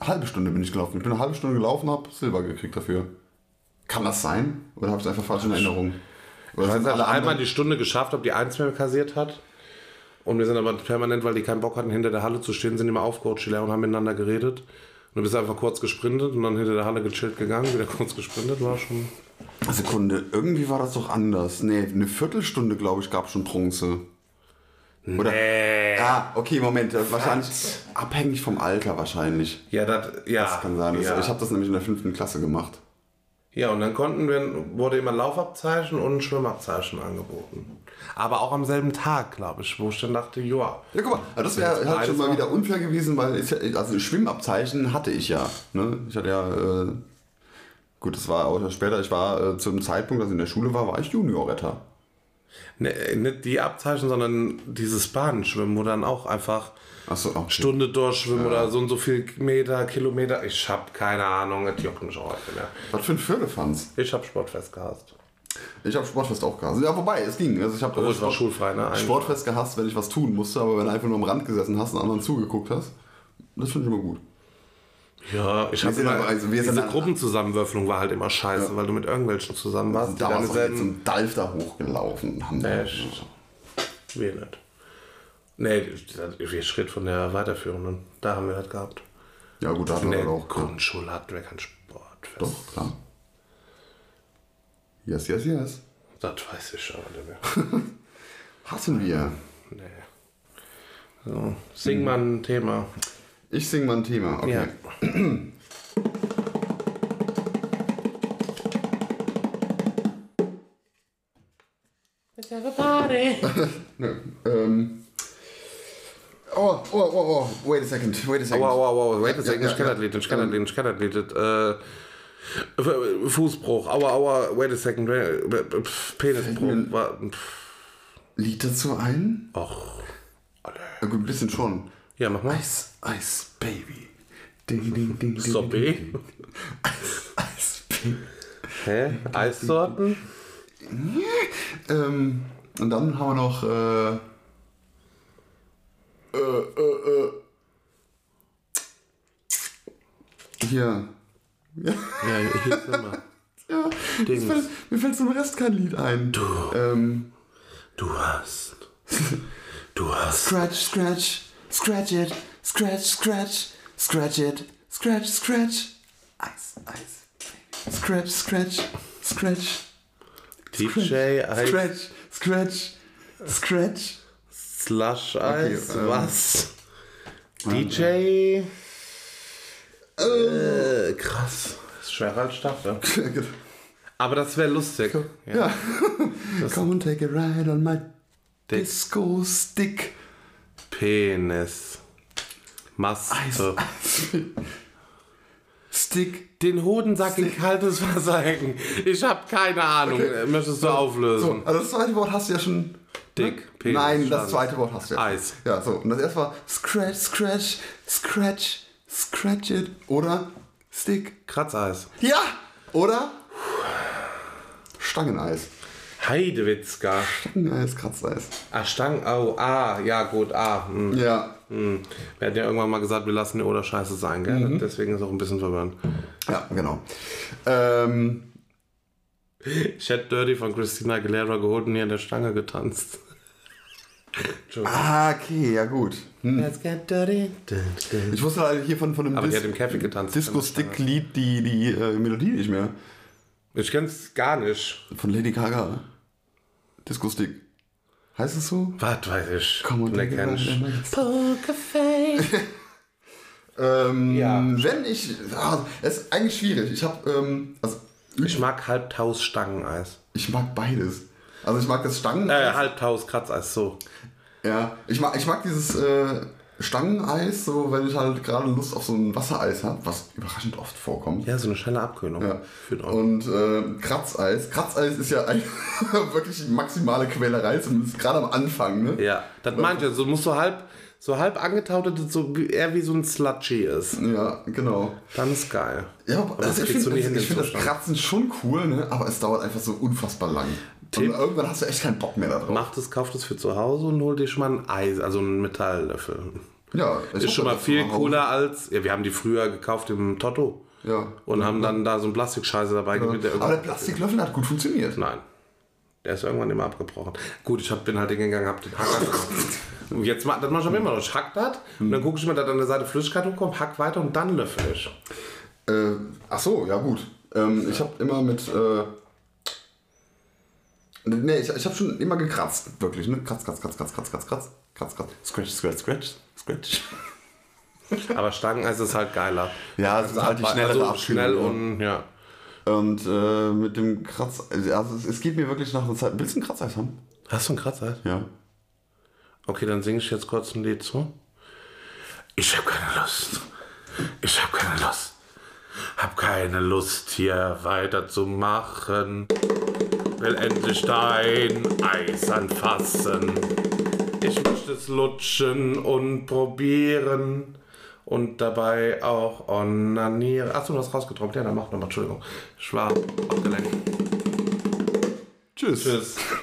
[SPEAKER 1] halbe Stunde bin ich gelaufen. Ich bin eine halbe Stunde gelaufen, habe Silber gekriegt dafür. Kann das sein? Oder habe ich es einfach falsch in Erinnerung? Oder sind
[SPEAKER 2] Weil
[SPEAKER 1] alle
[SPEAKER 2] ich Also einmal
[SPEAKER 1] anderen?
[SPEAKER 2] die Stunde geschafft habe, die eins mehr kassiert hat. Und wir sind aber permanent, weil die keinen Bock hatten, hinter der Halle zu stehen, sind immer aufgerutscht, die Lehrer und haben miteinander geredet. Und du bist einfach kurz gesprintet und dann hinter der Halle gechillt gegangen, wieder <laughs> kurz gesprintet, war schon.
[SPEAKER 1] Sekunde, irgendwie war das doch anders. Nee, eine Viertelstunde, glaube ich, gab schon Bronze. Oder?
[SPEAKER 2] Äh.
[SPEAKER 1] Ah, okay, Moment. Das ist wahrscheinlich abhängig vom Alter wahrscheinlich.
[SPEAKER 2] Ja, dat, ja,
[SPEAKER 1] Das kann sein. Das-
[SPEAKER 2] Ja.
[SPEAKER 1] Ich habe das nämlich in der fünften Klasse gemacht.
[SPEAKER 2] ja, und dann konnten wir, wurde immer Laufabzeichen und ein Schwimmabzeichen angeboten. Aber auch am selben Tag, glaube ich, wo ich dann dachte, joa.
[SPEAKER 1] Ja, guck mal, also das wäre halt schon mal
[SPEAKER 2] Beides
[SPEAKER 1] wieder unfair gewesen, weil ich, also Schwimmabzeichen hatte ich ja. Ne? Ich hatte ja, äh, gut, das war auch später, ich war äh, zum Zeitpunkt, als ich in der Schule war, war ich Juniorretter.
[SPEAKER 2] Ne, nicht die Abzeichen, sondern dieses Bahnschwimmen, wo dann auch einfach
[SPEAKER 1] Achso, okay.
[SPEAKER 2] Stunde durchschwimmen oder so und so viel Meter, Kilometer. Ich hab keine Ahnung, es juckt mich auch heute mehr.
[SPEAKER 1] Was für ein Firlefanz.
[SPEAKER 2] Ich hab Sportfest gehasst.
[SPEAKER 1] Ich habe Sportfest auch gehasst. Ja, wobei, es ging. Also ich habe
[SPEAKER 2] Obwohl, es war schulfrei, ne? Eigentlich.
[SPEAKER 1] Sportfest gehasst, wenn ich was tun musste, aber wenn du einfach nur am Rand gesessen hast und anderen zugeguckt hast, das finde ich immer gut.
[SPEAKER 2] Ja, ich hab
[SPEAKER 1] sind
[SPEAKER 2] immer,
[SPEAKER 1] aber- also wir sind
[SPEAKER 2] diese
[SPEAKER 1] an-
[SPEAKER 2] Gruppenzusammenwürfelung war halt immer scheiße, weil du mit irgendwelchen zusammen warst, die
[SPEAKER 1] Also Da
[SPEAKER 2] deine
[SPEAKER 1] war wir
[SPEAKER 2] selben... Äh,
[SPEAKER 1] zum Dalf da hochgelaufen. und Haben
[SPEAKER 2] Echt? Wir nicht. Nee, das- wir Schritt von der weiterführenden. Da haben wir das gehabt.
[SPEAKER 1] Ja, gut, da hatten
[SPEAKER 2] In
[SPEAKER 1] wir
[SPEAKER 2] der
[SPEAKER 1] dann auch.
[SPEAKER 2] Grundschule hatten wir kein Sportfest.
[SPEAKER 1] Doch, klar. Yes, yes, yes.
[SPEAKER 2] Das weiß ich schon nicht mehr.
[SPEAKER 1] Hassen wir.
[SPEAKER 2] Nee. So, sing mal ein Thema.
[SPEAKER 1] Ich sing mal ein Thema. Okay.
[SPEAKER 2] Ja.
[SPEAKER 3] Let's have a party.
[SPEAKER 1] Ähm. Oh, oh, oh, oh. Wait a second. Wait a second.
[SPEAKER 2] Wow, wow, wow, wait a second,
[SPEAKER 1] ja,
[SPEAKER 2] ich kenne
[SPEAKER 1] ja.
[SPEAKER 2] das Lied, ich kenne das Lied, ich kenne das Lied. das, Äh, F- Fußbruch, aua, aua, wait a second, wait, pf, Penisbruch. wa- pf,
[SPEAKER 1] Lied dazu ein?
[SPEAKER 2] Och.
[SPEAKER 1] Ja, gut, ein bisschen schon.
[SPEAKER 2] Ja, mach mal.
[SPEAKER 1] Ice, Ice Baby. Ding, ding, ding, ding.
[SPEAKER 2] So, B.
[SPEAKER 1] Ice, Ice Baby.
[SPEAKER 2] Hä? Eissorten?
[SPEAKER 1] Ähm, und dann haben wir noch. Äh, äh, äh, äh. Hier.
[SPEAKER 2] Ja, hier ist immer.
[SPEAKER 1] Ja,
[SPEAKER 2] Dings.
[SPEAKER 1] mir fällt- mir fällt zum Rest kein Lied ein. Du. Ähm,
[SPEAKER 2] Du hast. Du hast.
[SPEAKER 1] scratch, scratch, scratch it, scratch, scratch, scratch it, scratch, scratch. Eis, Eis. Scratch, scratch, scratch,
[SPEAKER 2] DJ Eis,
[SPEAKER 1] scratch, scratch, scratch.
[SPEAKER 2] Slush Eis,
[SPEAKER 1] Okay, ähm,
[SPEAKER 2] was? DJ. Äh, krass. Ist schwerer als Staffel. Aber das wäre lustig.
[SPEAKER 1] Ja. Come and take a ride on my
[SPEAKER 2] Dick.
[SPEAKER 1] disco stick.
[SPEAKER 2] Penis. Masse.
[SPEAKER 1] Stick.
[SPEAKER 2] Den Hodensack in kaltes Wasser hängen. Ich habe keine Ahnung.
[SPEAKER 1] Okay.
[SPEAKER 2] Möchtest du
[SPEAKER 1] So,
[SPEAKER 2] auflösen?
[SPEAKER 1] also das zweite Wort hast du ja schon.
[SPEAKER 2] Hm.
[SPEAKER 1] ne?
[SPEAKER 2] Dick, Penis.
[SPEAKER 1] Nein, das
[SPEAKER 2] Schwanz.
[SPEAKER 1] zweite Wort hast du ja.
[SPEAKER 2] Eis.
[SPEAKER 1] Ja, so. Und das erste war Scratch, Scratch, Scratch, Scratch it. Oder Stick.
[SPEAKER 2] Kratzeis.
[SPEAKER 1] Ja! Oder Stangeneis.
[SPEAKER 2] Heidewitzka.
[SPEAKER 1] Stangeneis, Kratzeis.
[SPEAKER 2] Ah, Stang, au, ah, ja gut, ah. Hm.
[SPEAKER 1] Ja.
[SPEAKER 2] Wir hatten ja irgendwann mal gesagt, wir lassen oder Scheiße sein, gell?
[SPEAKER 1] Mhm.
[SPEAKER 2] Deswegen ist auch ein bisschen verwirrend.
[SPEAKER 1] Ja, genau. Ähm,
[SPEAKER 2] Chat Dirty von Christina Aguilera geholt und hier in der Stange getanzt.
[SPEAKER 1] ah, okay, ja gut. Hm.
[SPEAKER 2] Let's get dirty.
[SPEAKER 1] Ich wusste leider hier von, von dem
[SPEAKER 2] Aber die hat im Käfig getanzt.
[SPEAKER 1] Disco-Stick-Lied die, die äh, Melodie nicht mehr.
[SPEAKER 2] Ich kenn's gar nicht.
[SPEAKER 1] Von Lady Gaga. Disco-Stick. Heißt es so?
[SPEAKER 2] Was weiß ich.
[SPEAKER 1] Komm und
[SPEAKER 2] Ne,
[SPEAKER 1] denk
[SPEAKER 2] kenn ich.
[SPEAKER 1] dran.
[SPEAKER 3] Pokerface.
[SPEAKER 1] Ähm,
[SPEAKER 2] Ja.
[SPEAKER 1] Wenn ich. Ah, es ist eigentlich schwierig. Ich habe. Ähm, also,
[SPEAKER 2] Ich mag Halbtaus Stangeneis.
[SPEAKER 1] ich mag beides. Also, ich mag das Stangen.
[SPEAKER 2] Äh, Halbtaus Kratzeis, so.
[SPEAKER 1] Ja, ich mag, ich mag dieses äh, Stangeneis, so wenn ich halt gerade Lust auf so ein Wassereis habe, was überraschend oft vorkommt.
[SPEAKER 2] Ja, so eine schnelle Abkühlung.
[SPEAKER 1] Ja.
[SPEAKER 2] Für den Augen.
[SPEAKER 1] Und äh, Kratzeis. Kratzeis ist ja ein, <laughs> wirklich die maximale Quälerei, zumindest gerade am Anfang. Ne?
[SPEAKER 2] ja, das meint ja, so musst du halb, so halb angetautet, so wie- eher wie so ein Sludgy ist.
[SPEAKER 1] Ja, genau.
[SPEAKER 2] Dann ist geil.
[SPEAKER 1] Ja, aber also ich
[SPEAKER 2] kriegst du
[SPEAKER 1] finde
[SPEAKER 2] nie hin,
[SPEAKER 1] ich
[SPEAKER 2] den
[SPEAKER 1] find das
[SPEAKER 2] Zustand.
[SPEAKER 1] Kratzen schon cool, ne? aber es dauert einfach so unfassbar lang.
[SPEAKER 2] Tipp.
[SPEAKER 1] Und irgendwann hast du echt keinen Bock mehr da drauf.
[SPEAKER 2] Macht es, kauft es für zu Hause und hol dir schon mal ein Eis, also einen Metalllöffel.
[SPEAKER 1] Ja, ich
[SPEAKER 2] Ist schon
[SPEAKER 1] hab
[SPEAKER 2] mal
[SPEAKER 1] das
[SPEAKER 2] viel
[SPEAKER 1] zu Hause.
[SPEAKER 2] cooler als. Ja, wir haben die früher gekauft im Totto.
[SPEAKER 1] Ja.
[SPEAKER 2] Und haben dann da so einen Plastikscheiße dabei ja.
[SPEAKER 1] Aber der Plastiklöffel hat gut funktioniert.
[SPEAKER 2] Nein. Der ist irgendwann immer abgebrochen. Gut, ich hab, bin halt hingegangen, hab den Hacker. <laughs> und jetzt ma, das mach ich aber immer noch. Ich hack das und dann gucke ich mir, dass an der Seite Flüssigkeit hochkommt, hack weiter und dann löffel ich.
[SPEAKER 1] Äh, ach so, ja gut. Ähm, ich habe immer mit. Äh, nee, ich, ich habe schon immer gekratzt, wirklich. Ne? Kratz, kratz, kratz, kratz, kratz, kratz, kratz, kratz, kratz. Scratch, scratch, scratch, scratch.
[SPEAKER 2] Aber Stangeneis ist halt geiler.
[SPEAKER 1] <laughs> Ja, es ist halt die schnellere
[SPEAKER 2] also
[SPEAKER 1] Abkühlung,
[SPEAKER 2] schnell
[SPEAKER 1] ja.
[SPEAKER 2] und ja.
[SPEAKER 1] Und äh, mit dem Kratz. Also es, es geht mir wirklich nach einer Zeit. Willst du ein Kratzeis haben?
[SPEAKER 2] Hast du einen Kratzer?
[SPEAKER 1] Ja.
[SPEAKER 2] Okay, dann singe ich jetzt kurz ein Lied zu. Ich hab keine Lust. Ich hab keine Lust. Hab keine Lust hier weiterzumachen. Will endlich dein Eis anfassen. Ich möchte es lutschen und probieren. Und dabei auch onanieren. Achso, du hast rausgetrunken. Ja, dann mach nochmal. Entschuldigung. Ich war abgelenkt.
[SPEAKER 1] Tschüss.
[SPEAKER 2] Tschüss.